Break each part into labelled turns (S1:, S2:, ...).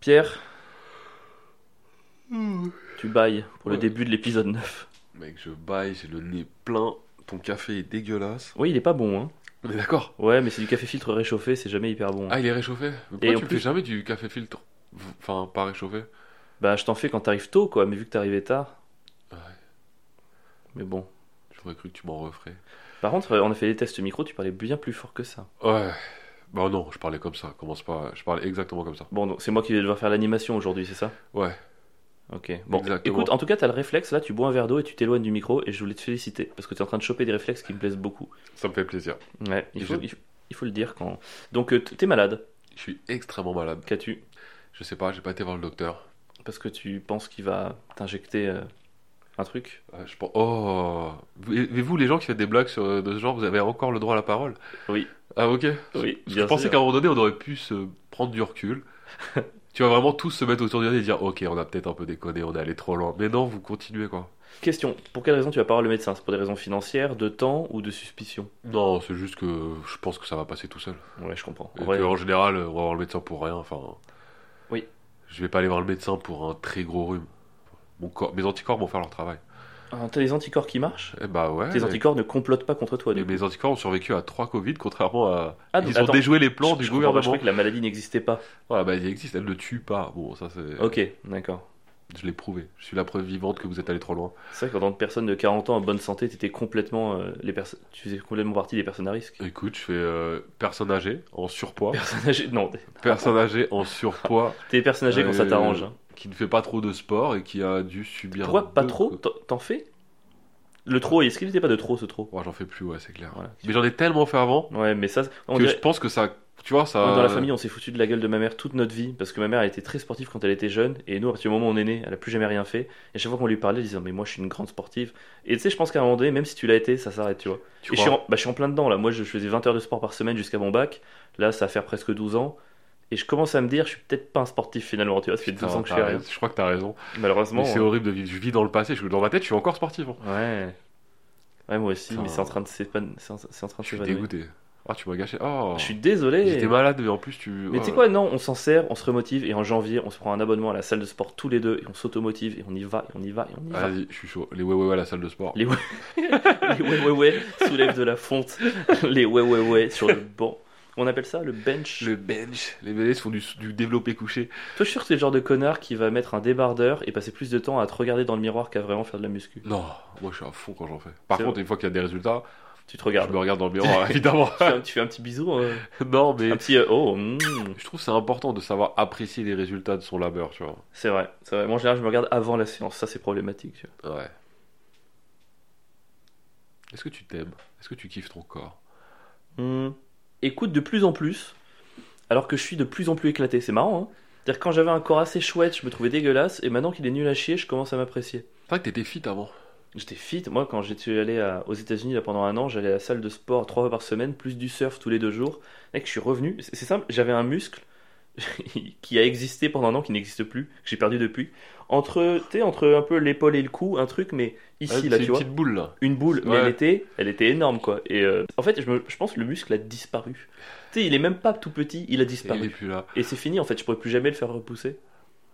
S1: Pierre, tu bailles pour
S2: Oh.
S1: le début de l'épisode 9.
S2: Mec, je baille, j'ai le nez plein. Ton café est dégueulasse.
S1: Oui, il est pas bon, hein.
S2: On est d'accord
S1: Ouais, mais c'est du café filtre réchauffé, c'est jamais hyper bon.
S2: Ah, il est réchauffé Mais
S1: Et
S2: Pourquoi
S1: en
S2: tu me
S1: plus-
S2: fais jamais du café filtre Enfin, pas réchauffé.
S1: Bah, je t'en fais quand t'arrives tôt, quoi, mais vu que t'arrivais tard.
S2: Ouais.
S1: Mais bon.
S2: J'aurais cru que tu m'en referais.
S1: Par contre, euh, on a fait des tests micro, tu parlais bien plus fort que ça.
S2: Ouais. Bah non, je parlais comme ça. Commence pas. Je parlais exactement comme ça.
S1: Bon, donc c'est moi qui vais devoir faire l'animation aujourd'hui, c'est ça
S2: Ouais.
S1: Ok. Bon,
S2: Exactement.
S1: écoute, en tout cas, t'as le réflexe, là, tu bois un verre d'eau et tu t'éloignes du micro, et je voulais te féliciter, parce que t'es en train de choper des réflexes qui me plaisent beaucoup.
S2: Ça me fait plaisir.
S1: Ouais, il
S2: Et
S1: faut,
S2: je-
S1: il faut- il faut le dire quand. Donc, euh, t- t'es malade,
S2: Je suis extrêmement malade.
S1: qu'as-tu
S2: Je sais pas, j'ai pas été voir le docteur.
S1: Parce que tu penses qu'il va t'injecter euh, un truc
S2: Euh, je pense. Oh Et et vous, les gens qui faites des blagues sur, euh, de ce genre, vous avez encore le droit à la parole
S1: Oui.
S2: Ah, ok.
S1: Oui,
S2: Je pensais qu'à un moment donné, on aurait pu se prendre du recul. tu vas vraiment tous se mettre autour du nez et dire Ok, on a peut-être un peu déconné, on est allé trop loin. Mais non, vous continuez quoi.
S1: Question pour quelle raison tu vas pas voir le médecin C'est pour des raisons financières, de temps ou de suspicion
S2: Non, c'est juste que je pense que ça va passer tout seul.
S1: Ouais, je comprends.
S2: Et
S1: En vrai,
S2: que, en général, on va voir le médecin pour rien. Enfin.
S1: Oui.
S2: Je vais pas aller voir le médecin pour un très gros rhume. Mon corps, mes anticorps vont faire leur travail.
S1: ah, t'as des anticorps qui marchent
S2: Eh bah ouais.
S1: Tes
S2: mais-
S1: anticorps ne complotent pas contre toi,
S2: mais
S1: du coup.
S2: mes anticorps ont survécu à trois Covid, contrairement à.
S1: Ah,
S2: Ils
S1: donc,
S2: ont
S1: attends,
S2: déjoué les
S1: je-
S2: plans du
S1: je comprends pas, Je
S2: gouvernement.
S1: croyais que la maladie n'existait pas.
S2: Voilà, bah, il existe, elle ne tue pas. Bon, ça, c'est.
S1: Ok, d'accord.
S2: Je l'ai prouvé. Je suis la preuve vivante que vous êtes allé trop loin.
S1: C'est vrai qu'en tant que personne de 40 ans en bonne santé, t'étais complètement, euh, les perso- tu faisais complètement partie des personnes à risque.
S2: Écoute, je fais euh, personne âgée en surpoids.
S1: Personne âgée- non, t'es-
S2: Personne âgée en surpoids
S1: t'es personne âgée quand ça
S2: Euh,
S1: t'arrange. hein.
S2: qui ne fait pas trop de sport et qui a dû subir.
S1: Pourquoi pas
S2: deux-
S1: trop T'en t'en fais Le trop, est-ce qu'il n'était pas de trop ce trop
S2: Ouais, j'en fais plus, ouais, c'est clair.
S1: Voilà.
S2: Mais j'en ai tellement fait avant
S1: Ouais, mais ça, on
S2: que
S1: dirait-
S2: je pense que ça. Tu vois, ça. euh,
S1: Dans la famille, on s'est foutu de la gueule de ma mère toute notre vie parce que ma mère elle était très sportive quand elle était jeune et nous, à partir du moment où on est né, elle a plus jamais rien fait. Et à chaque fois qu'on lui parlait, elle disait mais moi je suis une grande sportive. Et tu sais, je pense qu'à un moment donné, même si tu l'as été, ça s'arrête, tu vois.
S2: Tu
S1: et je suis,
S2: crois
S1: en, bah, je suis en plein dedans là. Moi, je faisais 20 heures de sport par semaine jusqu'à mon bac. Là, ça va faire presque 12 ans. Et je commence à me dire, je suis peut-être pas un sportif finalement, tu vois, ça fait
S2: Putain,
S1: 12 ans que je
S2: t'as
S1: fais
S2: raison.
S1: rien.
S2: Je crois que t'as raison.
S1: Malheureusement.
S2: mais c'est
S1: hein.
S2: horrible de vivre. Je vis dans le passé. Je, dans ma tête, je suis encore sportif. hein.
S1: Ouais. Ouais, moi aussi,
S2: Putain.
S1: mais c'est en train de s'épan- c'est en- c'est en train de
S2: Je suis
S1: s'évanouir.
S2: dégoûté. Ah, tu m'as gâché. Oh.
S1: Je suis désolé.
S2: J'étais malade, mais en plus, tu.
S1: Mais tu sais
S2: oh.
S1: quoi, non, on s'en sert, on se remotive et en janvier, on se prend un abonnement à la salle de sport tous les deux et on s'automotive et on y va et on y va et on y va.
S2: Ah, Vas-y, je suis chaud. Les ouais, ouais, ouais, à la salle de sport.
S1: Les ouais, les ouais ouais ouais soulèvent de la fonte, les ouais ouais ouais sur le banc. On appelle ça le bench.
S2: Le bench. Les BDS font du, du développé couché.
S1: Toi, je suis sûr que t'es le genre de connard qui va mettre un débardeur et passer plus de temps à te regarder dans le miroir qu'à vraiment faire de la muscu.
S2: Non, moi je suis à fond quand j'en fais. Par
S1: C'est
S2: contre, une fois qu'il y a des résultats,
S1: Tu te regardes.
S2: je me regarde dans le miroir, évidemment.
S1: Tu fais, un, tu fais un petit bisou, euh,
S2: non, mais
S1: un petit euh, oh, mm.
S2: je trouve que c'est important de savoir apprécier les résultats de son labeur, tu vois.
S1: c'est vrai, c'est vrai. Moi, en général, je me regarde avant la séance, ça c'est problématique. tu vois.
S2: Ouais. Est-ce que tu t'aimes Est-ce que tu kiffes ton corps
S1: Hmm. écoute de plus en plus, alors que je suis de plus en plus éclaté. C'est marrant, hein C'est-à-dire quand j'avais un corps assez chouette, je me trouvais dégueulasse, et maintenant qu'il est nul à chier, je commence à m'apprécier.
S2: C'est vrai que t'étais fit avant.
S1: J'étais fit, moi quand j'étais allé à- aux États-Unis là pendant un an, j'allais à la salle de sport trois fois par semaine, plus du surf tous les deux jours. Mec, je suis revenu, c'est c'est simple, j'avais un muscle qui a existé pendant un an, qui n'existe plus, que j'ai perdu depuis. Entre, tu sais, entre un peu l'épaule et le cou, un truc, mais
S2: Ouais,
S1: ici,
S2: c'est
S1: là,
S2: une
S1: tu vois,
S2: petite boule là.
S1: une boule, mais
S2: Ouais.
S1: elle était, elle était énorme quoi. Et euh, en fait, je, me- je pense que le muscle a disparu. Tu sais, il est même pas tout petit, il a
S2: Il est
S1: disparu.
S2: plus là.
S1: Et c'est fini en fait, je pourrais plus jamais le faire repousser.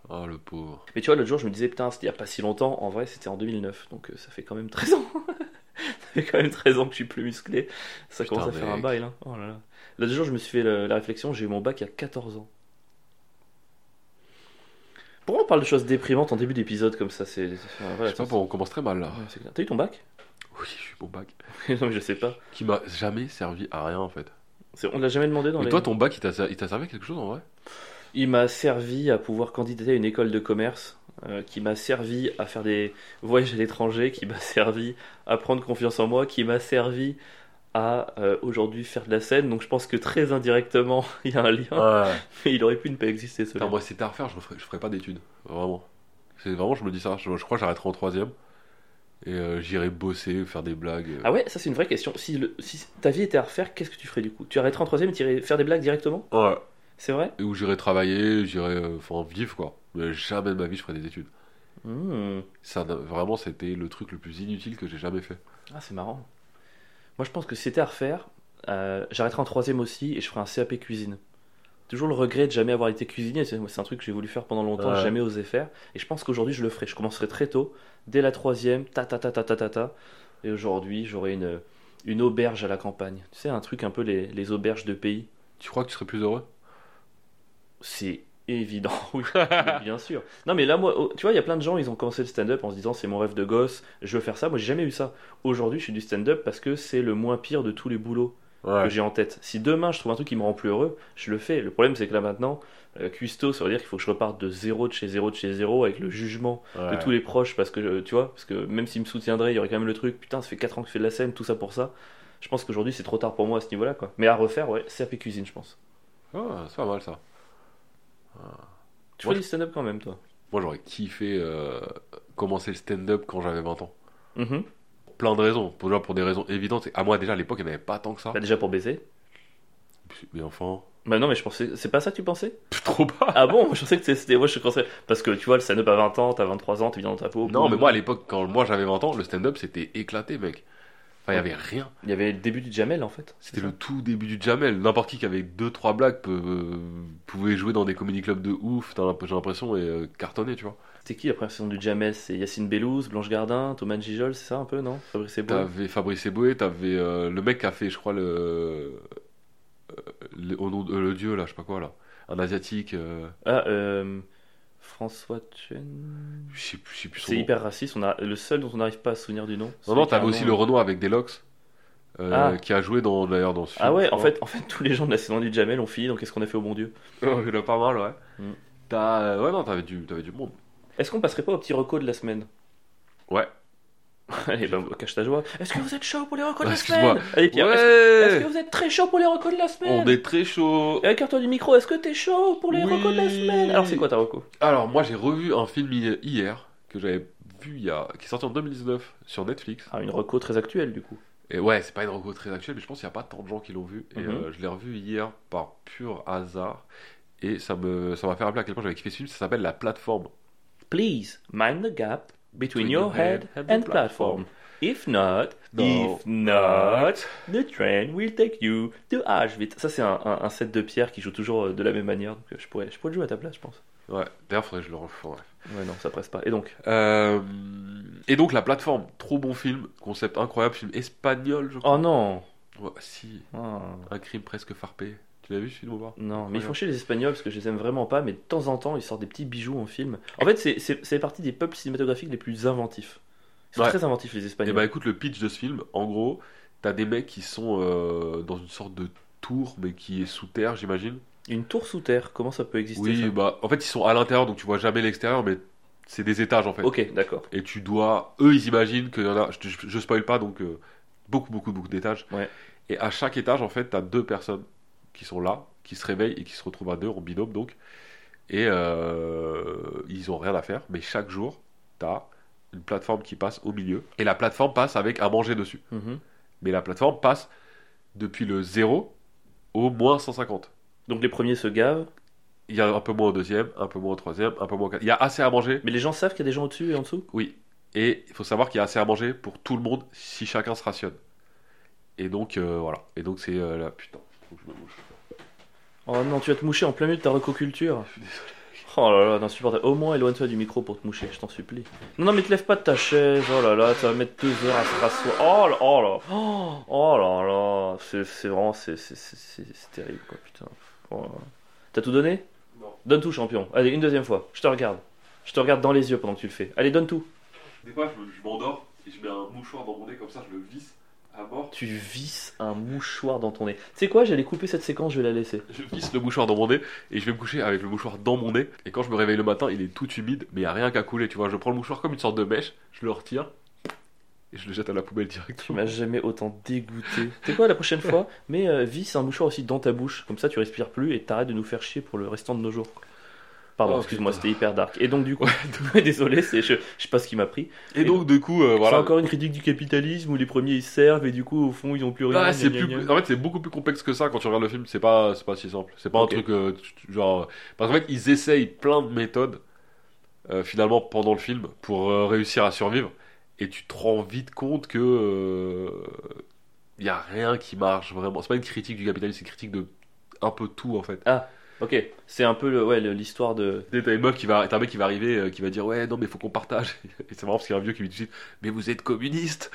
S2: Oh le pauvre.
S1: Mais tu vois, l'autre jour, je me disais putain, c'était il y a pas si longtemps. En vrai, c'était en 2009, donc euh, ça fait quand même 13 ans. ça fait quand même 13 ans que je suis plus musclé. Ça
S2: Putain,
S1: commence à faire un
S2: mec.
S1: bail là. Oh là là. L'autre jour, je me suis fait le- la réflexion, j'ai eu mon bac il y a 14 ans. Pourquoi on parle de choses déprimantes en début d'épisode comme ça C'est c'est-
S2: Je
S1: voilà,
S2: sais pas,
S1: c'est-
S2: bon, on commence très mal là.
S1: Ouais, c'est clair. T'as eu ton bac
S2: Oui, je suis bon bac.
S1: Non, mais je sais pas.
S2: Qui m'a jamais servi à rien en fait.
S1: C'est- On ne l'a jamais demandé dans
S2: Mais
S1: les-
S2: toi, ton bac, il t'a ser- il t'a servi à quelque chose en vrai
S1: Il m'a servi à pouvoir candidater à une école de commerce, euh, qui m'a servi à faire des voyages à l'étranger, qui m'a servi à prendre confiance en moi, qui m'a servi à euh, aujourd'hui faire de la scène. Donc je pense que très indirectement, il y a un lien.
S2: Ouais.
S1: Mais il aurait pu ne pas exister ce
S2: Putain,
S1: lien.
S2: moi, c'était à refaire, je ferais, je ferais pas d'études. Vraiment. C'est vraiment, je me dis ça. Je, je crois que j'arrêterai en troisième. Et euh, j'irai bosser, faire des blagues.
S1: Ah ouais, ça c'est une vraie question. Si, le- si ta vie était à refaire, qu'est-ce que tu ferais du coup Tu arrêterais en troisième et t'irais faire des blagues directement
S2: Ouais.
S1: C'est vrai
S2: Et où j'irai travailler, j'irai euh, enfin, vivre, quoi. Mais jamais de ma vie, je ferai des études.
S1: Hmm.
S2: Ça, n'a- vraiment, c'était le truc le plus inutile que j'ai jamais fait.
S1: Ah, c'est marrant. Moi, je pense que si c'était à refaire, euh, j'arrêterais en troisième aussi et je ferais un CAP cuisine. toujours le regret de jamais avoir été cuisinier. C'est moi, c'est un truc que j'ai voulu faire pendant longtemps,
S2: Ouais.
S1: j'ai jamais osé faire. Et je pense qu'aujourd'hui, je le ferai. Je commencerai très tôt, dès la troisième, ta ta ta ta ta ta ta. Et aujourd'hui, j'aurai une, une auberge à la campagne. Tu sais, un truc un peu les, les auberges de pays.
S2: Tu crois que tu serais plus heureux
S1: C'est évident, oui, mais bien sûr. Non, mais là, moi, oh, tu vois, il y a plein de gens, ils ont commencé le stand-up en se disant c'est mon rêve de gosse, je veux faire ça. Moi, j'ai jamais eu ça. Aujourd'hui, je suis du stand-up parce que c'est le moins pire de tous les boulots que
S2: Ouais.
S1: j'ai en tête. Si demain je trouve un truc qui me rend plus heureux, je le fais. Le problème c'est que là maintenant, euh, cuistot, ça veut dire qu'il faut que je reparte de zéro, de chez zéro, de chez zéro, avec le jugement de tous les proches, parce que euh, tu vois, parce que même s'ils me soutiendraient, il y aurait quand même le truc. Putain, ça fait 4 ans que je fais de la scène, tout ça pour ça. Je pense qu'aujourd'hui c'est trop tard pour moi à ce niveau-là, quoi. Mais à refaire, ouais, CAP cuisine, je pense.
S2: Ah, c'est pas mal ça.
S1: Tu
S2: Moi,
S1: fais du stand-up quand même, toi.
S2: Moi j'aurais kiffé euh, commencer le stand-up quand j'avais 20 ans.
S1: Mhm.
S2: Pour plein de raisons. Pour, déjà, pour des raisons évidentes. À moi déjà à l'époque il n'y en avait pas tant que ça.
S1: Bah, déjà pour baiser.
S2: Mais enfin.
S1: Bah non, mais je pensais, c'est pas ça que tu pensais
S2: pff, Trop pas
S1: Ah bon Je pensais que c'était, moi je pensais, parce que tu vois, le stand-up à 20 ans, t'as 23 ans, t'es bien dans ta peau.
S2: Non, mais moi à l'époque, quand moi j'avais 20 ans, le stand-up c'était éclaté, mec. Enfin, il y
S1: Ouais.
S2: avait rien.
S1: Il y avait le début du Jamel en fait.
S2: C'était le tout début du Jamel. N'importe qui qui avait 2-3 blagues peut- euh, pouvait jouer dans des comedy clubs de ouf, t'as l'imp- j'ai l'impression, et euh, cartonner, tu vois.
S1: C'était qui la première saison du Jamel C'est Yacine Bellouz, Blanche Gardin, Thomas Gijol, c'est ça un peu, non Fabrice Eboué
S2: T'avais Fabrice Eboué, t'avais euh, le mec qui a fait, je crois, le. euh, le- au nom de- euh, le dieu, là, je sais pas quoi, là. Un asiatique. euh,
S1: Ah, euh, François Chen.
S2: je sais plus, je sais plus son
S1: C'est
S2: nom.
S1: hyper raciste, on a, le seul dont on n'arrive pas à se souvenir du nom.
S2: Non,
S1: Celui
S2: non,
S1: qui a
S2: t'avais
S1: un
S2: aussi
S1: nom-
S2: le Renoir avec Delox, euh,
S1: Ah.
S2: qui a joué dans- d'ailleurs dans ce film.
S1: Ah
S2: je
S1: ouais, en
S2: crois.
S1: fait, en fait, tous les gens de la saison du Jamel ont fini, donc qu'est-ce qu'on a fait au bon Dieu
S2: Oh, Il y en a pas mal, ouais.
S1: Mm.
S2: T'as. euh, ouais, non, t'avais du, t'avais du monde.
S1: Est-ce qu'on passerait pas au petit reco de la semaine
S2: Ouais.
S1: Allez, bah, cache ta joie. Est-ce que vous êtes chaud pour les recos de la
S2: Excuse-moi.
S1: semaine Allez, Pierre, est-ce- est-ce que
S2: Ouais
S1: vous êtes très chaud pour les recos de la
S2: On
S1: semaine
S2: est très chaud
S1: Et Écarte-toi du micro, est-ce que t'es chaud pour les
S2: Oui.
S1: recos de la semaine Alors, c'est quoi ta reco
S2: Alors, moi, j'ai revu un film hi- hier que j'avais vu il y a... qui est sorti en 2019 sur Netflix.
S1: Ah, une reco très actuelle du coup.
S2: Et ouais, c'est pas une reco très actuelle, mais je pense qu'il n'y a pas tant de gens qui l'ont vu. Et
S1: Mhm.
S2: euh, je l'ai revu hier par pur hasard. Et ça me ça m'a fait rappeler à quel point j'avais kiffé ce film. Ça s'appelle La Plateforme.
S1: Please mind the gap between your head and platform. If not,
S2: No.
S1: if not, the train will take you to Auschwitz. Ça, c'est un, un- un set de pierre qui joue toujours euh, de la même manière. Donc, euh, je pourrais, je pourrais le jouer à ta place, je pense.
S2: Ouais, d'ailleurs, faudrait que je le refasse. ouais.
S1: Ouais, non, ça presse pas. Et donc,
S2: Euh, Et donc, La Plateforme, trop bon film, concept incroyable, film espagnol, je crois.
S1: oh non,
S2: Ouais, bah, si,
S1: Ah,
S2: un crime presque farpé. Tu l'as vu ce film ou pas
S1: non, mais ils
S2: Ouais.
S1: font chier les Espagnols parce que je les aime vraiment pas. Mais de temps en temps, ils sortent des petits bijoux en film. En fait, c'est- c'est c'est partie des peuples cinématographiques les plus inventifs. Ils sont
S2: Ouais.
S1: très inventifs les
S2: Et
S1: Espagnols.
S2: bah écoute, le pitch de ce film, en gros, t'as des mecs qui sont euh, dans une sorte de tour, mais qui est sous terre, j'imagine.
S1: Une tour sous terre, comment ça peut exister
S2: ben- Oui,
S1: ça
S2: bah en fait, ils sont à l'intérieur, donc tu vois jamais l'extérieur, mais c'est des étages en fait.
S1: Ok, d'accord.
S2: Et tu dois. Eux, ils imaginent qu'il y en a. Je, je- je spoil pas, donc euh, beaucoup, beaucoup, beaucoup d'étages.
S1: Ouais.
S2: Et à chaque étage, en fait, t'as deux personnes qui sont là, qui se réveillent et qui se retrouvent à deux en binôme, donc. Et euh, ils ont rien à faire, mais chaque jour, t'as une plateforme qui passe au milieu. Et la plateforme passe avec à manger dessus.
S1: Mhm.
S2: Mais la plateforme passe depuis le 0 au moins 150.
S1: Donc les premiers se gavent,
S2: Il y a un peu moins au deuxième, un peu moins au troisième, un peu moins au quatrième. Il y a assez à manger.
S1: mais les gens savent qu'il y a des gens au-dessus et en dessous
S2: Oui. Et il faut savoir qu'il y a assez à manger pour tout le monde si chacun se rationne. Et donc, euh, voilà. Et donc, c'est euh, là. Putain, faut que je me mouche.
S1: Oh non, tu vas te moucher en plein milieu de ta recoculture. Oh là là, insupportable. Au moins, éloigne-toi du micro pour te moucher, je t'en supplie. Non, non, mais te lève pas de ta chaise. Oh là là, ça va mettre deux heures à se rasseoir. Oh là oh là. Oh, oh là là. C'est c'est vraiment, c'est c'est- c'est- c'est- c'est terrible, quoi, putain. Oh là là. T'as tout donné
S2: Non.
S1: Donne tout, champion. Allez, une deuxième fois. Je te regarde. Je te regarde dans les yeux pendant que tu le fais. Allez, donne tout.
S2: Des fois, je, m'endors et je mets un mouchoir dans mon nez comme ça, je le visse à mort.
S1: Tu visses un mouchoir dans ton nez. Tu sais quoi, j'allais couper cette séquence, je vais la laisser.
S2: Je visse le mouchoir dans mon nez et je vais me coucher avec le mouchoir dans mon nez. Et quand je me réveille le matin, il est tout humide, mais il n'y a rien qu'à couler. Tu vois, je prends le mouchoir comme une sorte de mèche, je le retire et je le jette à la poubelle
S1: Tu
S2: directement.
S1: m'as jamais autant dégoûté. Tu sais quoi, la prochaine fois, mais euh, visse un mouchoir aussi dans ta bouche. Comme ça, tu respires plus et t'arrêtes de nous faire chier pour le restant de nos jours. quoi. Pardon,
S2: Oh,
S1: excuse-moi,
S2: putain.
S1: c'était hyper dark. Et donc, du coup, désolé, c'est, je, je sais pas ce qui m'a pris.
S2: Et donc, du coup, euh,
S1: C'est
S2: voilà.
S1: encore une critique du capitalisme où les premiers ils servent et du coup, au fond, ils ont plus rien.
S2: Ah,
S1: gna,
S2: c'est
S1: gna,
S2: plus-
S1: gna.
S2: En fait, c'est beaucoup plus complexe que ça quand tu regardes le film. C'est pas, c'est pas si simple. C'est pas
S1: Ok.
S2: un truc euh, tu- tu- genre. Parce qu'en fait, ils essayent plein de méthodes euh, finalement pendant le film pour euh, réussir à survivre. Et tu te rends vite compte que euh, il y a rien qui marche vraiment. C'est pas une critique du capitalisme, c'est une critique de un peu tout en fait.
S1: Ah. Ok, c'est un peu le- ouais, le- l'histoire de.
S2: T'as un mec qui va, t'as un mec qui va arriver, euh, qui va dire ouais non mais faut qu'on partage. Et c'est marrant parce qu'il y a un vieux qui lui dit mais vous êtes communiste.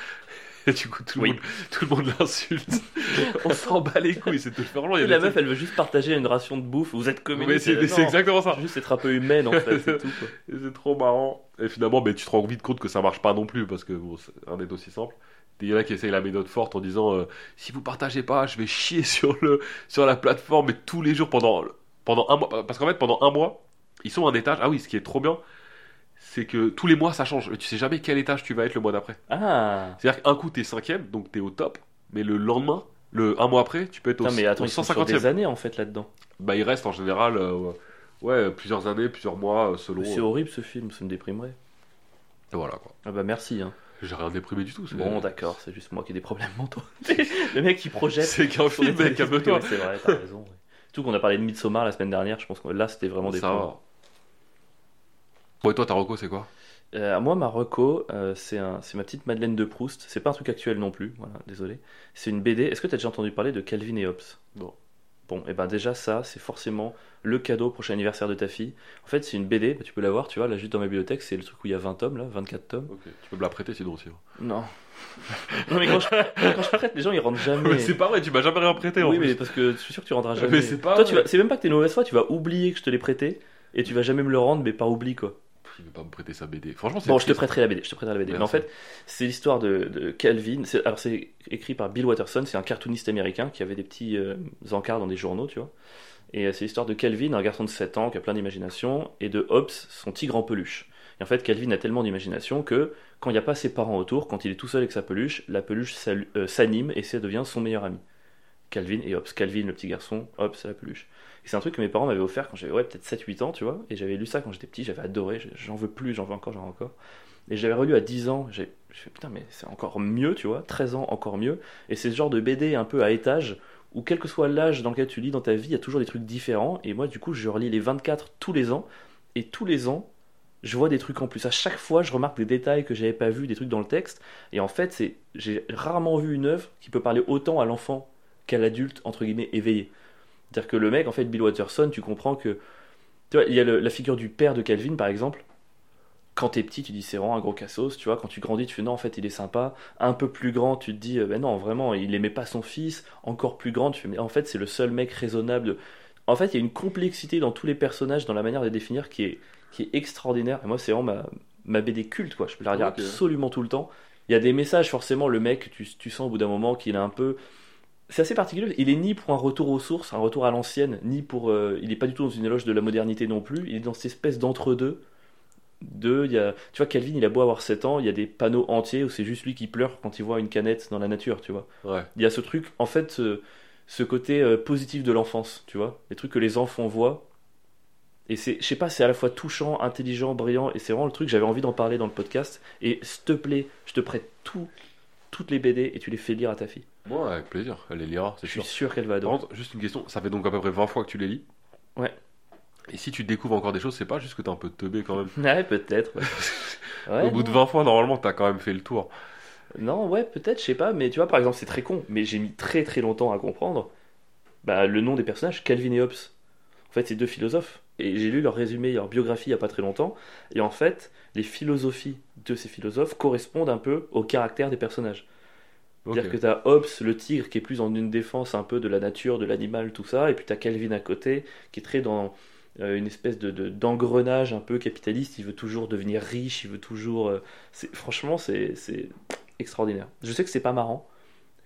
S2: Et du coup tout le
S1: Oui.
S2: monde, tout le monde l'insulte. On s'en bat les couilles, c'est tout vraiment. il y a
S1: la
S2: des
S1: meuf, elle veut juste partager une ration de bouffe. Vous êtes
S2: trucs- Mais
S1: communiste.
S2: c'est,
S1: Euh,
S2: c'est
S1: non,
S2: exactement ça.
S1: Juste être un peu humaine en fait, c'est tout. quoi.
S2: Et c'est trop marrant. Et finalement, mais tu te rends vite compte que ça marche pas non plus parce que bon, c'est- un est aussi simple. Il y en a qui essayent la méthode forte en disant euh, si vous partagez pas, je vais chier sur le sur la plateforme et tous les jours pendant pendant un mois. Parce qu'en fait, pendant un mois, ils sont à un étage. Ah oui, ce qui est trop bien, c'est que tous les mois ça change. Et tu sais jamais quel étage tu vas être le mois d'après.
S1: Ah
S2: C'est-à-dire qu'un coup t'es cinquième, donc t'es au top, mais le lendemain, le un mois après, tu peux être au,
S1: Putain, mais attends,
S2: au
S1: ils sont sur
S2: 150e.
S1: des années en fait là-dedans.
S2: Bah il reste en général, euh, ouais, plusieurs années, plusieurs mois euh, selon.
S1: C'est
S2: euh,
S1: horrible ce film, ça me déprimerait.
S2: voilà quoi.
S1: Ah bah merci. Hein.
S2: J'ai rien déprimé du tout. c'est-
S1: Bon, d'accord, c'est juste moi qui ai des problèmes mentaux. le mec qui projette.
S2: C'est qu'un
S1: son
S2: film,
S1: état
S2: mec,
S1: d'esprit,
S2: calme-toi.
S1: ouais, C'est vrai, t'as raison. ouais. Tout qu'on a parlé de Midsommar la semaine dernière, je pense que là c'était vraiment des
S2: Ça
S1: points.
S2: va. Bon, et toi, ta reco, c'est quoi
S1: Euh, moi, ma reco, euh, c'est un- c'est ma petite Madeleine de Proust. C'est pas un truc actuel non plus, voilà, désolé. C'est une BD. Est-ce que t'as déjà entendu parler de Calvin et Hobbes
S2: Non.
S1: Bon, et ben déjà ça, c'est forcément le cadeau au prochain anniversaire de ta fille. En fait, c'est une BD, bah, tu peux la voir, tu vois, là juste dans ma bibliothèque, c'est le truc où il y a 20 tomes, là, 24 tomes.
S2: Tu peux me la prêter sinon aussi. hein.
S1: Non. non mais quand je, quand je prête, les gens ils rentrent jamais.
S2: Mais c'est pas vrai, tu m'as jamais rien prêté en
S1: oui, mais
S2: plus.
S1: parce que je suis sûr que tu rendras
S2: Mais
S1: jamais.
S2: c'est pas
S1: Toi, tu
S2: vrai.
S1: vas... c'est même pas que t'es une mauvaise foi, tu vas oublier que je te l'ai prêté et tu vas jamais me le rendre, mais par oubli quoi.
S2: Il veut pas me prêter sa BD. Franchement, c'est.
S1: Bon, je te
S2: triste.
S1: prêterai la BD. Je te prêterai la BD. Mais en
S2: Merci.
S1: fait, c'est l'histoire de, de Calvin. C'est- Alors, c'est écrit par Bill Watterson. C'est un cartooniste américain qui avait des petits euh, encarts dans des journaux, tu vois. Et euh, c'est l'histoire de Calvin, un garçon de 7 ans qui a plein d'imagination, et de Hobbes, son tigre en peluche. Et en fait, Calvin a tellement d'imagination que quand il n'y a pas ses parents autour, quand il est tout seul avec sa peluche, la peluche s'allu- euh, s'anime et ça devient son meilleur ami. Calvin et Hobbes. Calvin, le petit garçon, Hobbes, la peluche. Et c'est un truc que mes parents m'avaient offert quand j'avais ouais, peut-être 7-8 ans, tu vois. Et j'avais lu ça quand j'étais petit, j'avais adoré, j- j'en veux plus, j'en veux encore, j'en veux encore. Et j'avais relu à 10 ans, j'ai j'ai fait putain, mais c'est encore mieux, tu vois. 13 ans, encore mieux. Et c'est ce genre de BD un peu à étage où, quel que soit l'âge dans lequel tu lis dans ta vie, il y a toujours des trucs différents. Et moi, du coup, je relis les 24 tous les ans. Et tous les ans, je vois des trucs en plus. À chaque fois, je remarque des détails que j'avais pas vus, des trucs dans le texte. Et en fait, c'est j'ai rarement vu une œuvre qui peut parler autant à l'enfant qu'à l'adulte, entre guillemets, éveillé. C'est-à-dire que le mec, en fait, Bill Watterson, tu comprends que. Tu vois, il y a le- la figure du père de Calvin, par exemple. Quand t'es petit, tu dis c'est vraiment un gros cassos, tu vois. Quand tu grandis, tu fais non, en fait, il est sympa. Un peu plus grand, tu te dis, euh, ben non, vraiment, il aimait pas son fils. Encore plus grand, tu fais, mais en fait, c'est le seul mec raisonnable. En fait, il y a une complexité dans tous les personnages, dans la manière de les définir, qui est, qui est extraordinaire. Et moi, c'est vraiment ma, ma BD culte, quoi. Je peux la redire
S2: Ok.
S1: absolument tout le temps. Il y a des messages, forcément, le mec, tu, tu sens au bout d'un moment qu'il est un peu. C'est assez particulier. Il est ni pour un retour aux sources, un retour à l'ancienne, ni pour. euh, il est pas du tout dans une éloge de la modernité non plus. Il est dans cette espèce d'entre-deux. De, il y a, tu vois, Calvin, il a beau avoir 7 ans, il y a des panneaux entiers où c'est juste lui qui pleure quand il voit une canette dans la nature, tu vois.
S2: Ouais.
S1: Il y a ce truc, en fait, ce, ce côté euh, positif de l'enfance, tu vois. Les trucs que les enfants voient. Et c'est, je sais pas, c'est à la fois touchant, intelligent, brillant, et c'est vraiment le truc, j'avais envie d'en parler dans le podcast. Et s'il te plaît, je te prête tout, toutes les BD et tu les fais lire à ta fille.
S2: Moi, avec plaisir. Elle les lira, c'est
S1: Je suis
S2: sûr.
S1: sûr qu'elle va
S2: Par
S1: adorer.
S2: contre, juste une question. Ça fait donc à peu près 20 fois que tu les lis.
S1: Ouais.
S2: Et si tu découvres encore des choses, c'est pas juste que t'es un peu teubé quand même.
S1: Ouais, peut-être. ouais. Ouais,
S2: Au bout de 20 fois, normalement, t'as quand même fait le tour.
S1: Non, ouais, peut-être, je sais pas, mais tu vois, par exemple, c'est très con, mais j'ai mis très très longtemps à comprendre bah, le nom des personnages, Calvin et Hobbes. En fait, c'est deux philosophes. Et j'ai lu leur résumé, leur biographie il y a pas très longtemps. Et en fait, les philosophies de ces philosophes correspondent un peu au caractère des personnages.
S2: Ok.
S1: C'est-à-dire que t'as Hobbes, le tigre, qui est plus en une défense un peu de la nature, de l'animal, tout ça, et puis t'as Calvin à côté, qui est très dans euh, une espèce de de- d'engrenage un peu capitaliste. Il veut toujours devenir riche, il veut toujours. euh, c'est- franchement, c'est c'est extraordinaire. Je sais que c'est pas marrant.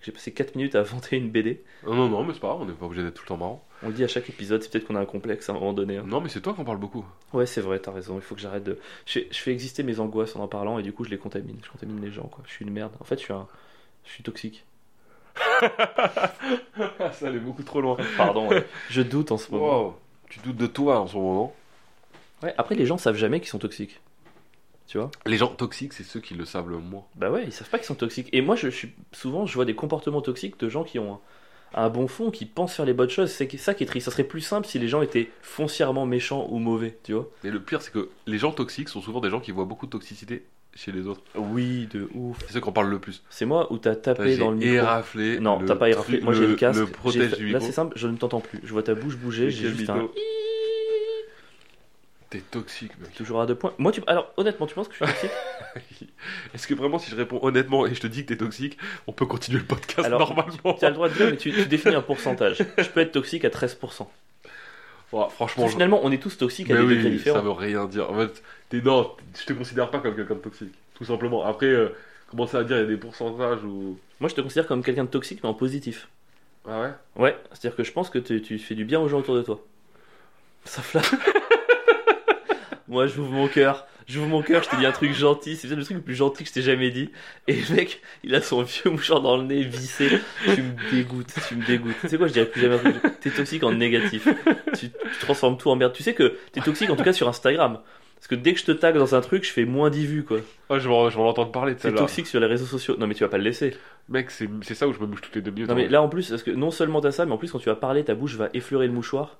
S1: J'ai passé 4 minutes à inventer une BD.
S2: Non, non, non, mais c'est pas grave, on n'est pas obligé d'être tout le temps marrant.
S1: On le dit à chaque épisode, c'est peut-être qu'on a un complexe à un moment donné. hein.
S2: Non, mais c'est toi qu'on parle beaucoup.
S1: Ouais, c'est vrai, t'as raison. Il faut que j'arrête de. Je, je fais exister mes angoisses en en parlant et du coup, je les contamine. Je contamine les gens, quoi. Je suis une merde. En fait, je suis un. Je suis toxique.
S2: ça allait beaucoup trop loin.
S1: Pardon, ouais. je doute en ce moment.
S2: Wow. Tu doutes de toi en ce moment.
S1: Ouais, après, les gens savent jamais qu'ils sont toxiques. Tu vois
S2: Les gens toxiques, c'est ceux qui le savent le moins.
S1: Bah ouais, ils savent pas qu'ils sont toxiques. Et moi, je suis souvent, je vois des comportements toxiques de gens qui ont un, un bon fond, qui pensent faire les bonnes choses. C'est ça qui est triste. Ça serait plus simple si les gens étaient foncièrement méchants ou mauvais, tu vois
S2: Et le pire, c'est que les gens toxiques sont souvent des gens qui voient beaucoup de toxicité chez les autres.
S1: Oui, de ouf.
S2: C'est ceux qu'on parle le plus.
S1: C'est moi où t'as
S2: T'as-
S1: tapé
S2: J'ai
S1: dans le micro.
S2: éraflé.
S1: Non,
S2: le
S1: t'as pas éraflé.
S2: truc-
S1: Moi, j'ai le casque.
S2: Le
S1: j'ai
S2: protège
S1: fait-
S2: du
S1: Là,
S2: micro.
S1: c'est simple, je ne t'entends plus. Je vois ta bouche bouger. J'ai
S2: Quel
S1: juste un.
S2: mytho. T'es toxique, mec.
S1: Toujours à deux points. Moi, tu. Alors, honnêtement, tu penses que je suis toxique
S2: Est-ce que vraiment, si je réponds honnêtement et je te dis que t'es toxique, on peut continuer le podcast
S1: Alors,
S2: normalement
S1: Tu as le droit de dire, mais tu, tu définis un pourcentage. Je peux être toxique à 13%.
S2: Ouais,
S1: Parce
S2: Franchement,
S1: que
S2: je-
S1: finalement, on est tous toxiques à
S2: Mais
S1: des
S2: oui,
S1: degrés
S2: ça
S1: différents.
S2: veut rien dire. En fait, t'es, non, t- je te considère pas comme quelqu'un de toxique, tout simplement. Après, euh, commencer à dire il y a des pourcentages ou.
S1: Moi, je te considère comme quelqu'un de toxique, mais en positif.
S2: Ah ouais
S1: Ouais, c'est-à-dire que je pense que tu, tu fais du bien aux gens autour de toi. Ça flatte. Moi, j'ouvre mon cœur. J'ouvre mon cœur, je te dis un truc gentil. C'est peut-être le truc le plus gentil que je t'ai jamais dit. Et le mec, il a son vieux mouchoir dans le nez, vissé. Tu me dégoûtes, tu me dégoûtes. Tu sais quoi, je dirais plus jamais un truc. T'es toxique en négatif. Tu, tu transformes tout en merde. Tu sais que t'es toxique en tout cas sur Instagram. Parce que dès que je te tag dans un truc, je fais moins 10 vues, quoi.
S2: Ah, je vais en entendre parler de
S1: T'es
S2: celle-là.
S1: toxique sur les réseaux sociaux. Non, mais tu vas pas le laisser.
S2: Mec, c'est, c'est ça où je me bouge toutes les deux minutes. hein.
S1: Non
S2: en
S1: mais
S2: vrai.
S1: là en plus, parce que non seulement t'as ça, mais en plus quand tu vas parler, ta bouche va effleurer le mouchoir,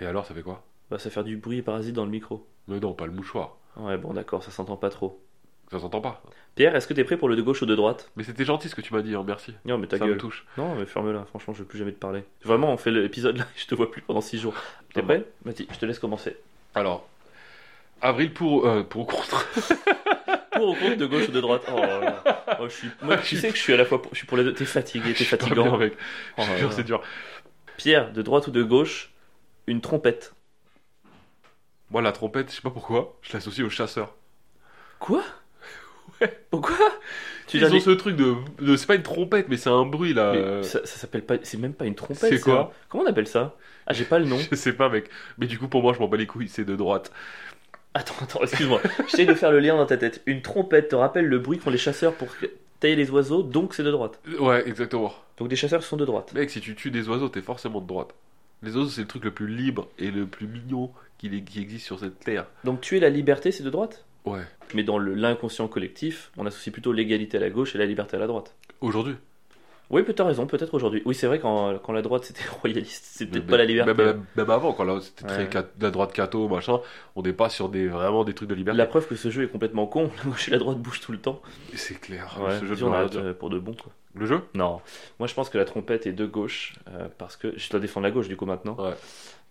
S2: Et alors, ça fait quoi
S1: bah ça va faire du bruit parasite dans le micro.
S2: Mais non, pas le mouchoir.
S1: Ouais bon d'accord, ça s'entend pas trop.
S2: Ça s'entend pas.
S1: Pierre, est-ce que t'es prêt pour le de gauche ou de droite
S2: Mais c'était gentil ce que tu m'as dit, hein, merci.
S1: Non mais ta
S2: ça me
S1: gueule.
S2: touche.
S1: Non mais ferme-la, franchement je veux plus jamais te parler. Vraiment on fait l'épisode là, je te vois plus pendant 6 jours. T'es
S2: Ça
S1: prêt Mathis, je te laisse commencer.
S2: Alors, avril pour, euh, pour ou contre
S1: Pour ou contre de gauche ou de droite Oh là là. Oh, je suis... Moi, tu sais que je suis à la fois pour, je suis pour les deux. T'es fatigué, t'es
S2: Pas bien,
S1: fatigant.
S2: mec.
S1: Oh
S2: Je
S1: là
S2: te jure,
S1: là.
S2: c'est dur.
S1: Pierre, de droite ou de gauche Une trompette.
S2: Moi, la trompette, je sais pas pourquoi, je l'associe aux chasseurs.
S1: Quoi Pourquoi
S2: Ils
S1: l'as
S2: ont
S1: dit-
S2: ce truc de, de- C'est pas une trompette, mais c'est un bruit là.
S1: Mais
S2: euh,
S1: ça, ça s'appelle pas. C'est même pas une trompette.
S2: C'est
S1: ça.
S2: quoi
S1: Comment on appelle ça Ah, j'ai pas le nom.
S2: Je sais pas, mec. Mais du coup, pour moi, je m'en bats les couilles, c'est de droite.
S1: Attends, attends, excuse-moi. J'essaie de faire le lien dans ta tête. Une trompette te rappelle le bruit qu'ont les chasseurs pour tailler les oiseaux, donc c'est de droite.
S2: Ouais, exactement.
S1: Donc les chasseurs sont de droite.
S2: Mec, si tu tues des oiseaux, t'es forcément de droite. Les oiseaux, c'est le truc le plus libre et le plus mignon qui, qui existe sur cette terre.
S1: Donc tuer la liberté, c'est de droite
S2: Ouais.
S1: Mais dans le- l'inconscient collectif, on associe plutôt l'égalité à la gauche et la liberté à la droite.
S2: Aujourd'hui.
S1: Oui, peut-être raison, peut-être aujourd'hui. Oui, c'est vrai, quand, quand la droite c'était royaliste, c'est peut-être
S2: Même-
S1: pas la liberté.
S2: Même, même- même avant, quand là, c'était
S1: Ouais.
S2: très cat- la droite catho, machin, on n'est pas sur des, vraiment des trucs de liberté.
S1: La preuve que ce jeu est complètement con, la gauche et la droite bougent tout le temps.
S2: C'est clair.
S1: Ouais,
S2: Ah ce jeu
S1: dis,
S2: ne
S1: on
S2: veut rien
S1: arrête
S2: dire.
S1: euh, pour de bon quoi.
S2: Le jeu
S1: Non, moi je pense que la trompette est de gauche euh, parce que je dois défendre la gauche du coup maintenant.
S2: Ouais.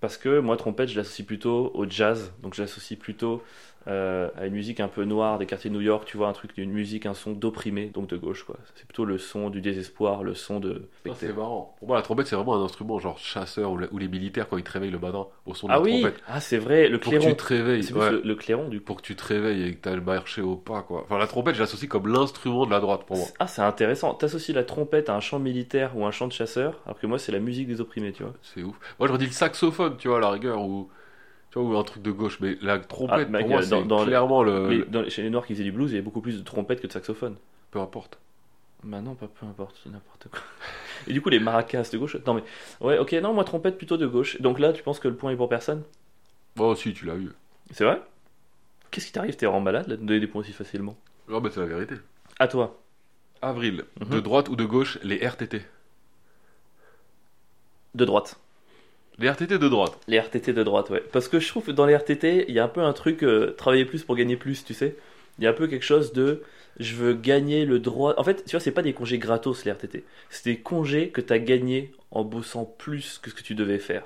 S1: Parce que moi trompette je l'associe plutôt au jazz, donc je l'associe plutôt euh, à une musique un peu noire des quartiers de New York, tu vois un truc une musique un son d'opprimé donc de gauche quoi. C'est plutôt le son du désespoir, le son de
S2: Non, Ah, C'est marrant. Pour moi, la trompette, c'est vraiment un instrument genre chasseur ou, la- ou les militaires quand ils te réveillent le matin au son de
S1: Ah
S2: la
S1: oui,
S2: trompette.
S1: ah c'est vrai le
S2: Pour que tu
S1: clairon.
S2: te réveilles.
S1: C'est plus
S2: ouais.
S1: le, le clairon du coup.
S2: pour que tu te réveilles et que t'as le marché au pas quoi. Enfin la trompette je l'associe comme l'instrument de la droite pour moi.
S1: Ah c'est intéressant, t'associes la trompette à un chant militaire ou un chant de chasseur alors que moi c'est la musique des opprimés, tu vois.
S2: C'est ouf. Moi j'aurais dit le saxophone tu vois à la rigueur ou tu vois ou un truc de gauche mais la trompette
S1: Ah, mec,
S2: pour moi
S1: euh, dans-
S2: c'est
S1: dans le-
S2: clairement le...
S1: Mais
S2: le-
S1: dans les- chez les noirs qui faisaient du blues, il y avait beaucoup plus de trompette que de saxophone.
S2: peu importe.
S1: Bah non, pas peu importe, c'est n'importe quoi. Et du coup, les maracas de gauche. Non, mais ouais, ok, non, moi trompette plutôt de gauche. Donc là, tu penses que le point est pour personne
S2: Oh si tu l'as eu.
S1: C'est vrai Qu'est-ce qui t'arrive T'es en malade là, de donner des points aussi facilement
S2: Non mais c'est la vérité.
S1: À toi.
S2: Avril,
S1: Mhm.
S2: de droite ou de gauche les RTT.
S1: De droite.
S2: Les RTT de droite.
S1: Les RTT de droite, ouais. Parce que je trouve que dans les RTT, il y a un peu un truc euh, travailler plus pour gagner plus, tu sais. Il y a un peu quelque chose de je veux gagner le droit. En fait, tu vois, c'est pas des congés gratos les RTT. C'est des congés que t'as gagné en bossant plus que ce que tu devais faire.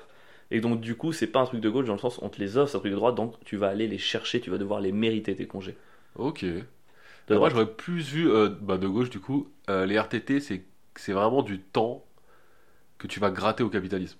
S1: Et donc, du coup, c'est pas un truc de gauche dans le sens on te les offre, c'est un truc de droite, donc tu vas aller les chercher, tu vas devoir les mériter tes congés.
S2: Ok.
S1: De
S2: Ah, moi
S1: droite.
S2: j'aurais plus vu euh, bah, de gauche du coup euh, les RTT c'est c'est vraiment du temps que tu vas gratter au capitalisme.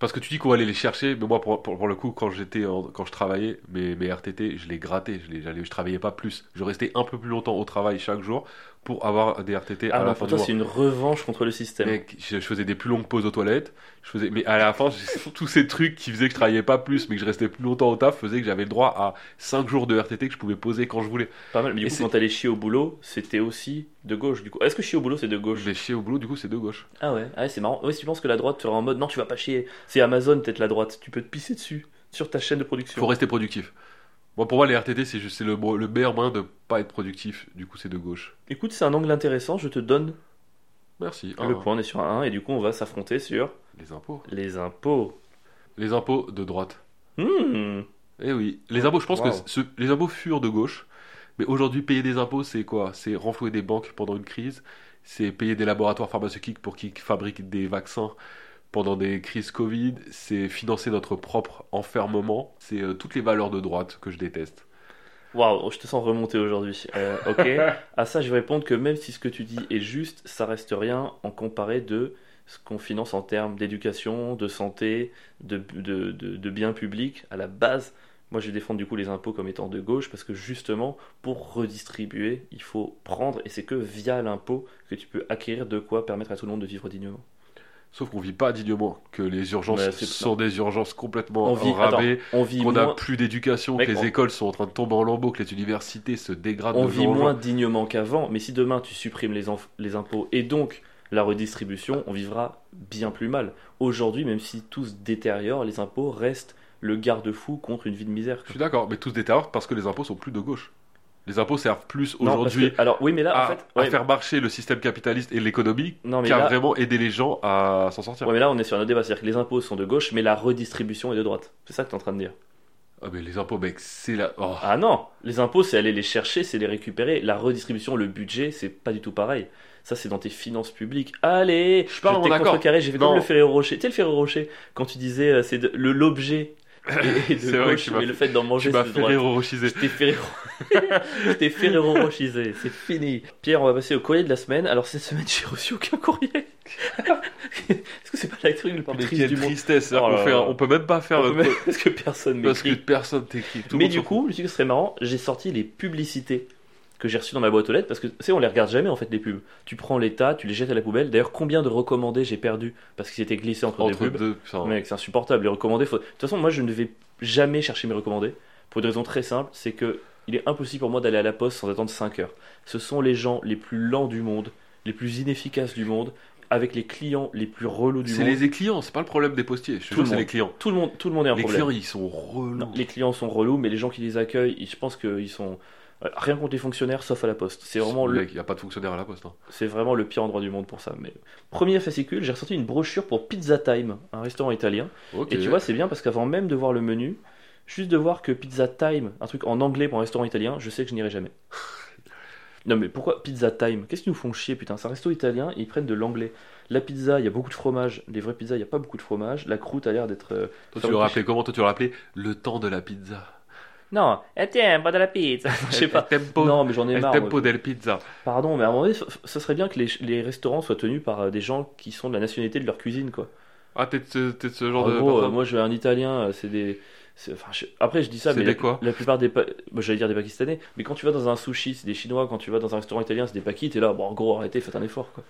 S2: Parce que tu dis qu'on va aller les chercher, mais moi pour, pour- pour le coup quand j'étais en- quand je travaillais mes, mes RTT je les grattais, je les j'allais- je travaillais pas plus, je restais un peu plus longtemps au travail chaque jour pour avoir des RTT
S1: Ah
S2: à
S1: non,
S2: la
S1: pour toi,
S2: fin du mois.
S1: c'est une revanche contre le système.
S2: Mec, je, je faisais des plus longues pauses aux toilettes, je faisais mais à la fin j'ai- tous ces trucs qui faisaient que je travaillais pas plus mais que je restais plus longtemps au taf faisaient que j'avais le droit à 5 jours de RTT que je pouvais poser quand je voulais.
S1: Pas mal. Mais du
S2: Et
S1: coup,
S2: c'est-
S1: quand t'allais chier au boulot, c'était aussi de gauche, du coup. Est-ce que chier au boulot, c'est de gauche
S2: Je vais chier au boulot du coup c'est de gauche.
S1: Ah ouais, ah ouais, c'est marrant. Ouais, si tu penses que la droite sera en mode non, tu vas pas chier. C'est Amazon, peut-être la droite. Tu peux te pisser dessus, sur ta chaîne de production.
S2: Faut rester productif. Moi, pour moi, les RTT, c'est juste- c'est le, mo- le meilleur moyen de pas être productif. Du coup, c'est de gauche.
S1: Écoute, c'est un angle intéressant. Je te donne
S2: Merci.
S1: le
S2: Ah,
S1: point. On est sur un 1 et du coup, on va s'affronter sur
S2: Les impôts.
S1: les impôts.
S2: Les impôts de droite.
S1: Hmm.
S2: Eh oui. Les impôts, je pense
S1: Wow.
S2: que ce- les impôts furent de gauche. Mais aujourd'hui, payer des impôts, c'est quoi C'est renflouer des banques pendant une crise, c'est payer des laboratoires pharmaceutiques pour qu'ils fabriquent des vaccins pendant des crises Covid, c'est financer notre propre enfermement, c'est euh, toutes les valeurs de droite que je déteste.
S1: Waouh, je te sens remonter aujourd'hui. Euh, ok. à ça, je vais répondre que même si ce que tu dis est juste, ça reste rien en comparé de ce qu'on finance en termes d'éducation, de santé, de, de, de, de biens publics. À la base, moi, je défends du coup les impôts comme étant de gauche parce que justement, pour redistribuer, il faut prendre et c'est que via l'impôt que tu peux acquérir de quoi permettre à tout le monde de vivre dignement.
S2: Sauf qu'on vit pas dignement, que les urgences
S1: Ouais, c'est
S2: sont des urgences complètement
S1: On vit,
S2: en rabais,
S1: attends, on vit
S2: qu'on n'a
S1: moins-
S2: plus d'éducation, que
S1: Mec,
S2: les
S1: on-
S2: écoles sont en train de tomber en lambeaux, que les universités se dégradent
S1: on
S2: de jour
S1: vit
S2: en jour.
S1: moins dignement qu'avant, mais si demain tu supprimes les, enf- les impôts et donc la redistribution, on vivra bien plus mal. Aujourd'hui, même si tout se détériore, les impôts restent le garde-fou contre une vie de misère.
S2: Je suis d'accord, mais tous se détériore parce que les impôts sont plus de gauche. Les impôts servent plus
S1: Non, parce
S2: aujourd'hui
S1: que- alors oui, mais là,
S2: à,
S1: en fait,
S2: à
S1: ouais,
S2: faire marcher le système capitaliste et l'économie
S1: non, mais
S2: qu'à
S1: là-
S2: vraiment aider les gens à s'en sortir.
S1: ouais, mais là, on est sur un autre débat, c'est-à-dire que les impôts sont de gauche, mais la redistribution est de droite. C'est ça que tu es en train de dire.
S2: Ah, mais les impôts, mec, c'est la. oh.
S1: Ah non, les impôts, c'est aller les chercher, c'est les récupérer. La redistribution, le budget, c'est pas du tout pareil. Ça, c'est dans tes finances publiques. Allez,
S2: Je suis pas vraiment
S1: t'ai
S2: d'accord.
S1: contrecarré, j'ai fait
S2: Non.
S1: comme le Ferrero Rocher. Tu sais, le Ferrero Rocher, quand tu disais euh, c'est de- le l'objet est
S2: C'est
S1: de
S2: vrai que
S1: gauche,
S2: tu m'as
S1: mais le fait d'en
S2: tu
S1: manger,
S2: m'as
S1: c'est de
S2: fait
S1: droite.
S2: rire
S1: J'étais Ferrero... J'étais Ferrero Rocher, c'est fini. Pierre, on va passer au courrier de la semaine. Alors, cette semaine, j'ai reçu aucun courrier. Est-ce que c'est pas la truc le plus
S2: Mais
S1: triste
S2: quelle
S1: du monde
S2: tristesse, c'est-à-dire
S1: Oh
S2: qu'on
S1: là
S2: fait un-
S1: là.
S2: on peut même pas faire notre-
S1: Parce que personne
S2: parce que
S1: m'écrit.
S2: personne t'écrit. tout le
S1: Mais
S2: monde
S1: du
S2: s'en fout.
S1: coup, je me suis dit que ce serait marrant, j'ai sorti les publicités que j'ai reçues dans ma boîte aux lettres parce que tu sais, on les regarde jamais en fait les pubs. Tu prends les tas, tu les jettes à la poubelle. D'ailleurs, combien de recommandés j'ai perdu parce qu'ils étaient glissés entre,
S2: entre
S1: des pubs.
S2: deux, putain.
S1: Mec, c'est insupportable. Les recommandés, faut- de toute façon, moi je ne vais jamais chercher mes recommandés pour une raison très simple c'est que il est impossible pour moi d'aller à la poste sans attendre 5 heures. Ce sont les gens les plus lents du monde, les plus inefficaces du monde, avec les clients les plus relous du
S2: c'est
S1: monde.
S2: les clients, c'est pas le problème des postiers. Je te
S1: Tout
S2: jure,
S1: le
S2: c'est
S1: monde.
S2: les clients.
S1: Tout, le monde, tout le monde est un
S2: Les
S1: problème.
S2: clients, ils sont relous.
S1: Non, les clients sont relous, mais les gens qui les accueillent, ils- je pense qu'ils sont. euh, Rien contre les fonctionnaires, sauf à la poste. C'est vraiment, le,
S2: Mec, il n'y a pas de fonctionnaire à la poste. hein.
S1: c'est vraiment le pire endroit du monde pour ça. Mais premier fascicule, j'ai ressorti une brochure pour Pizza Time, un restaurant italien.
S2: Ok.
S1: Et tu vois, c'est bien parce qu'avant même de voir le menu, juste de voir que Pizza Time, un truc en anglais pour un restaurant italien, je sais que je n'irai jamais. Non mais pourquoi Pizza Time Qu'est-ce qu'ils nous font chier putain C'est un resto italien et ils prennent de l'anglais. La pizza, il y a beaucoup de fromage. Les vraies pizzas, il n'y a pas beaucoup de fromage. La croûte a l'air d'être... euh, ça
S2: Toi, tu
S1: me
S2: l'aurais
S1: touche.
S2: appelé comment Toi, tu l'aurais appelé le temps de la pizza.
S1: Non, eh tiens, pas de la pizza. je sais pas.
S2: Le tempo,
S1: Non mais j'en ai
S2: le
S1: marre. moi.
S2: tempo del pizza.
S1: Pardon, mais à un moment donné, ce- ce serait bien que les, les restaurants soient tenus par euh, des gens qui sont de la nationalité de leur cuisine, quoi.
S2: Ah, t'es de ce, t'es de ce genre
S1: en
S2: de.
S1: gros, euh,
S2: personne
S1: moi, je vais un Italien, euh, c'est des... c'est- enfin, je- Après, je dis ça,
S2: C'est
S1: mais
S2: des
S1: la,
S2: quoi
S1: la plupart des... pa- bah, J'allais dire des Pakistanais, mais quand tu vas dans un sushi, c'est des Chinois, quand tu vas dans un restaurant italien, c'est des Pakis, t'es là, bon, en gros, arrêtez, faites un effort, quoi.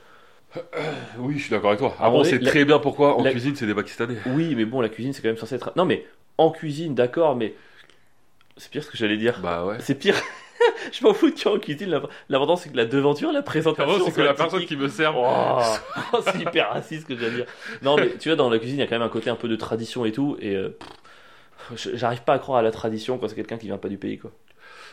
S2: Oui, je suis d'accord avec toi.
S1: Ah,
S2: Avant,
S1: oui,
S2: c'est
S1: la-
S2: très bien pourquoi en
S1: la-
S2: cuisine, c'est des Pakistanais.
S1: Oui, mais bon, la cuisine, c'est quand même censé être... Non, mais en cuisine, d'accord, mais... C'est pire ce que j'allais dire.
S2: Bah ouais.
S1: C'est pire. je m'en fous de tu en cuisine, l'imp- l'important, c'est que la devanture, la présentation...
S2: Avant, c'est que
S1: soit
S2: la
S1: atypique.
S2: personne qui me sert.
S1: Oh, c'est hyper raciste ce que je viens de dire. Non, mais tu vois, dans la cuisine, il y a quand même un côté un peu de tradition et tout. Et euh, pff, je- j'arrive pas à croire à la tradition quand c'est quelqu'un qui vient pas du pays, quoi.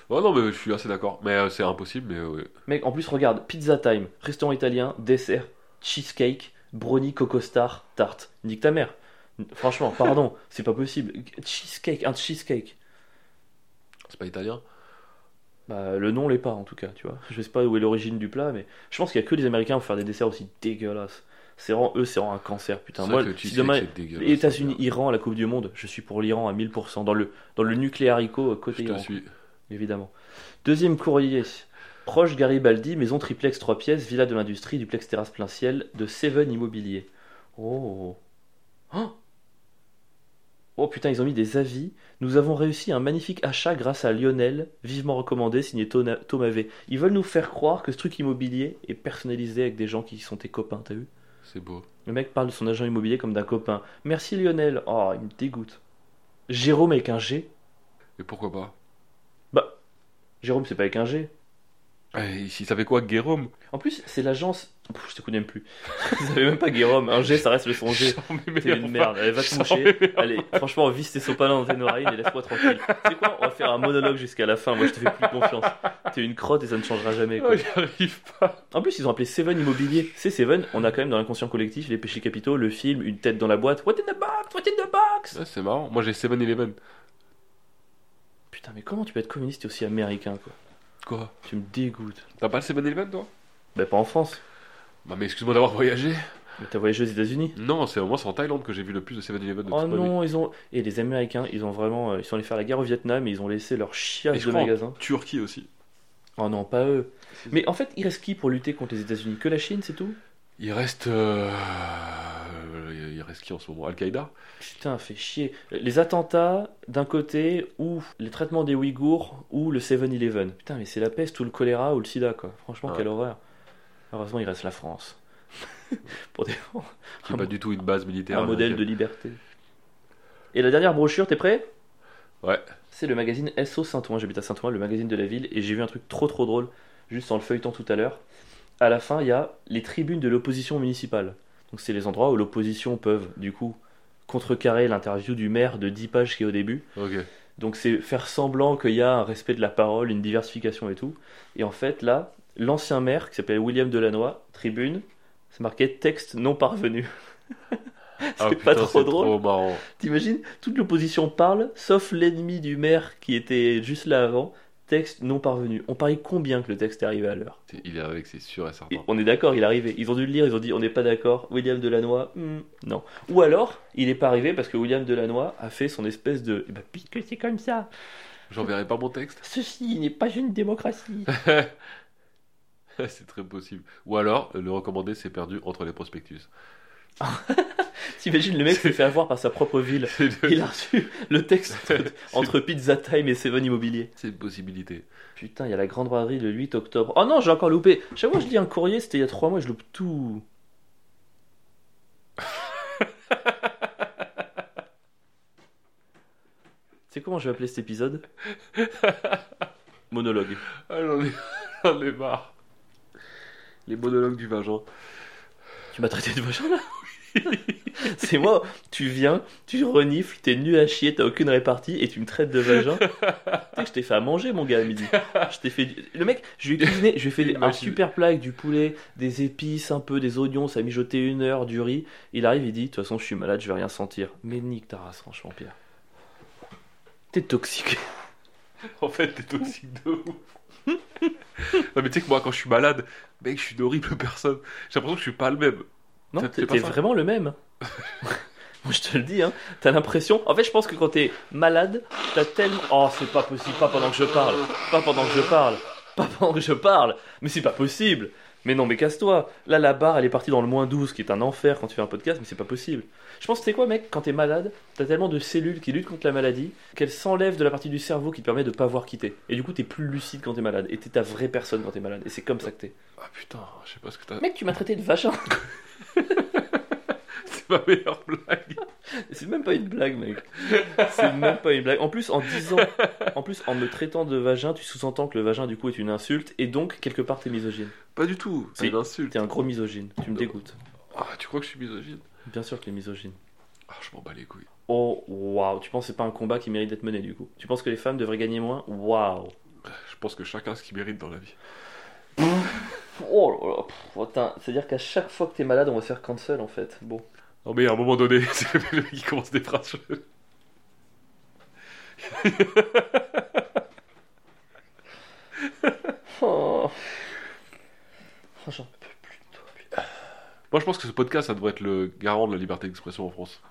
S2: Oh non, mais je suis assez d'accord. Mais euh, c'est impossible, mais oui.
S1: Mec, en plus, regarde, pizza time, restaurant italien, dessert, cheesecake, brownie, coco star, tarte. Nique ta mère. Franchement, pardon, c'est pas possible. Cheesecake, un cheesecake.
S2: C'est pas italien.
S1: Bah, le nom l'est pas en tout cas, tu vois. Je sais pas où est l'origine du plat, mais je pense qu'il y a que les Américains pour faire des desserts aussi dégueulasses. C'est vraiment, eux, c'est vraiment un cancer, putain.
S2: C'est
S1: Moi,
S2: vrai que le
S1: si
S2: cheesecake,
S1: demain,
S2: c'est dégueulasse.
S1: Les États-Unis, Iran, la Coupe du Monde, je suis pour l'Iran à 1000%, dans le, dans le nucléarico euh,
S2: Je
S1: côté
S2: te
S1: Iran,
S2: suis.
S1: évidemment. Deuxième courrier, proche Garibaldi, maison triplex 3 pièces, villa de l'industrie, duplex terrasse plein ciel, de Seven Immobilier. Oh. Oh Oh putain, ils ont mis des avis. Nous avons réussi un magnifique achat grâce à Lionel, vivement recommandé, signé Tona- Thomas V. Ils veulent nous faire croire que ce truc immobilier est personnalisé avec des gens qui sont tes copains, t'as vu
S2: C'est beau.
S1: le mec parle de son agent immobilier comme d'un copain. Merci Lionel. Oh, il me dégoûte. Jérôme avec un G
S2: Et pourquoi pas
S1: Jérôme, c'est pas avec un G.
S2: Eh, Ici, ça fait quoi, Guérôme
S1: En plus, c'est l'agence. Pff, je te connais même plus. Vous savez même pas Guérôme. Un G, ça reste le son G.
S2: J'en ai
S1: T'es
S2: meilleur
S1: une merde. Allez, va
S2: Je
S1: te
S2: sens
S1: moucher. Allez, franchement, visse tes sopalins dans tes oreilles et laisse-moi tranquille. Tu sais quoi On va faire un monologue jusqu'à la fin. Moi, je te fais plus confiance. T'es une crotte et ça ne changera jamais.
S2: pas.
S1: quoi.
S2: Oh, j'y arrive pas.
S1: En plus, ils ont appelé Seven Immobilier. C'est Seven. On a quand même dans l'inconscient collectif les péchés capitaux, le film, une tête dans la boîte. What in the box What in the box
S2: Ouais, c'est marrant. Moi, j'ai 7-Eleven.
S1: Putain, mais comment tu peux être communiste et aussi américain, quoi
S2: quoi.
S1: Tu me dégoûtes.
S2: T'as pas le 7-Eleven, toi
S1: Bah, pas en France.
S2: Bah, mais excuse-moi d'avoir voyagé.
S1: Mais t'as voyagé aux États-Unis.
S2: Non, c'est au moins c'est en Thaïlande que j'ai vu le plus de 7-Eleven de
S1: Oh
S2: toute ma vie.
S1: non, ils ont. Et les Américains, ils ont vraiment. euh, Ils sont allés faire la guerre au Vietnam et ils ont laissé leur
S2: Et
S1: chiasse
S2: je
S1: de
S2: crois en
S1: magasins.
S2: Turquie aussi.
S1: Oh non, pas eux.
S2: C'est-
S1: Mais en fait, il reste qui pour lutter contre les États-Unis Que la Chine, c'est tout
S2: Il reste. euh, Il reste qui en ce moment Al-Qaïda
S1: Putain, fait chier. Les attentats d'un côté, ou les traitements des Ouïghours, ou le 7-Eleven. Putain, mais c'est la peste ou le choléra ou le sida, quoi. Franchement,
S2: Ouais.
S1: quelle horreur. Heureusement, il reste la France. Pour défendre
S2: Qui
S1: Un
S2: n'est pas
S1: mo-
S2: du tout une base militaire.
S1: un modèle de
S2: américaine.
S1: liberté. Et la dernière brochure, t'es prêt
S2: Ouais.
S1: C'est le magazine SO Saint-Ouen. J'habite à Saint-Ouen, le magazine de la ville, et j'ai vu un truc trop trop drôle, juste en le feuilletant tout à l'heure. À la fin, il y a les tribunes de l'opposition municipale. Donc, c'est les endroits où l'opposition peuvent, du coup, contrecarrer l'interview du maire de 10 pages qui est au début.
S2: Ok.
S1: Donc c'est faire semblant qu'il y a un respect de la parole, une diversification et tout. Et en fait, là, l'ancien maire, qui s'appelait William Delannoy, tribune, c'est marqué texte non parvenu. c'est
S2: Ah,
S1: pas
S2: putain,
S1: trop
S2: c'est
S1: drôle.
S2: Trop marrant.
S1: T'imagines, toute l'opposition parle, sauf l'ennemi du maire qui était juste là avant, texte non parvenu. On parie combien que le texte est arrivé à l'heure
S2: C'est- Il est avec, c'est sûr et
S1: Et
S2: certain.
S1: On est d'accord, il est arrivé. Ils ont dû le lire, ils ont dit on n'est pas d'accord, William Delannoy, hmm, non. Ou alors, il n'est pas arrivé parce que William Delannoy a fait son espèce de. Eh ben, puisque c'est comme ça,
S2: J'enverrai pas mon texte.
S1: ceci n'est pas une démocratie.
S2: c'est très possible. Ou alors, le recommandé s'est perdu entre les prospectus.
S1: T'imagines le mec se fait avoir par sa propre ville.
S2: C'est
S1: Il a reçu le texte de- entre Pizza Time et Seven Immobilier.
S2: c'est une possibilité.
S1: Putain, il y a la grande braderie le 8 octobre. Oh non, j'ai encore loupé. Chaque fois que je lis un courrier, c'était il y a 3 mois, je loupe tout. C'est comment je vais appeler cet épisode Monologue.
S2: Ah, j'en ai, j'en ai marre. Les monologues du vagin.
S1: Tu m'as traité de vagin là C'est moi, tu viens, tu renifles, t'es nu à chier, t'as aucune répartie et tu me traites de vagin. tu sais que je t'ai fait à manger mon gars à midi. Je t'ai fait du- Le mec, je lui ai cuisiné, je lui ai fait des- un
S2: Imagine.
S1: super plat avec du poulet, des épices, un peu, des oignons, ça a mijoté une heure, du riz. Il arrive, il dit, de toute façon je suis malade, je vais rien sentir. Mais nique ta race, franchement Pierre. T'es toxique.
S2: En fait, t'es toxique de ouf. non, mais tu sais que moi, quand je suis malade, mec, je suis une horrible personne. J'ai l'impression que je suis pas le même.
S1: Non,
S2: Ça te
S1: t'es
S2: fait pas
S1: t'es
S2: ça
S1: vraiment le même. Moi, je te le dis, hein. T'as l'impression. En fait, je pense que quand t'es malade, t'as tellement. Oh, c'est pas possible. Pas pendant que je parle. Pas pendant que je parle. Pas pendant que je parle. Mais c'est pas possible. Mais non, mais casse-toi. Là, la barre, elle est partie dans le moins 12, qui est un enfer quand tu fais un podcast, mais c'est pas possible. Je pense que c'est quoi, mec Quand t'es malade, t'as tellement de cellules qui luttent contre la maladie qu'elles s'enlèvent de la partie du cerveau qui te permet de pas voir quitter. Et du coup, t'es plus lucide quand t'es malade. Et t'es ta vraie personne quand t'es malade. Et c'est comme ça que t'es.
S2: Ah putain, je sais pas ce que t'as.
S1: Mec, tu m'as traité de hein. vagin.
S2: C'est ma meilleure blague.
S1: C'est même pas une blague, mec. C'est même pas une blague. En plus, en disant, en plus, en me traitant de vagin, tu sous-entends que le vagin, du coup, est une insulte et donc, quelque part, t'es misogyne.
S2: Pas du tout. C'est
S1: Si.
S2: une insulte.
S1: T'es un gros misogyne. Tu me dégoûtes.
S2: Ah, tu crois que je suis misogyne
S1: Bien sûr que t'es misogyne.
S2: Ah, je m'en bats les couilles.
S1: Oh, waouh. Tu penses que c'est pas un combat qui mérite d'être mené, du coup Tu penses que les femmes devraient gagner moins Waouh.
S2: Je pense que chacun a ce qu'il mérite dans la vie.
S1: Oh là là. pff, putain. C'est-à-dire qu'à chaque fois que t'es malade, on va se faire cancel, en fait. Bon.
S2: Non, mais à un moment donné, c'est le mec qui commence des phrases. chelou.
S1: Oh. Oh, j'en peux plus de toi, putain.
S2: Moi, je pense que ce podcast, ça devrait être le garant de la liberté d'expression en France.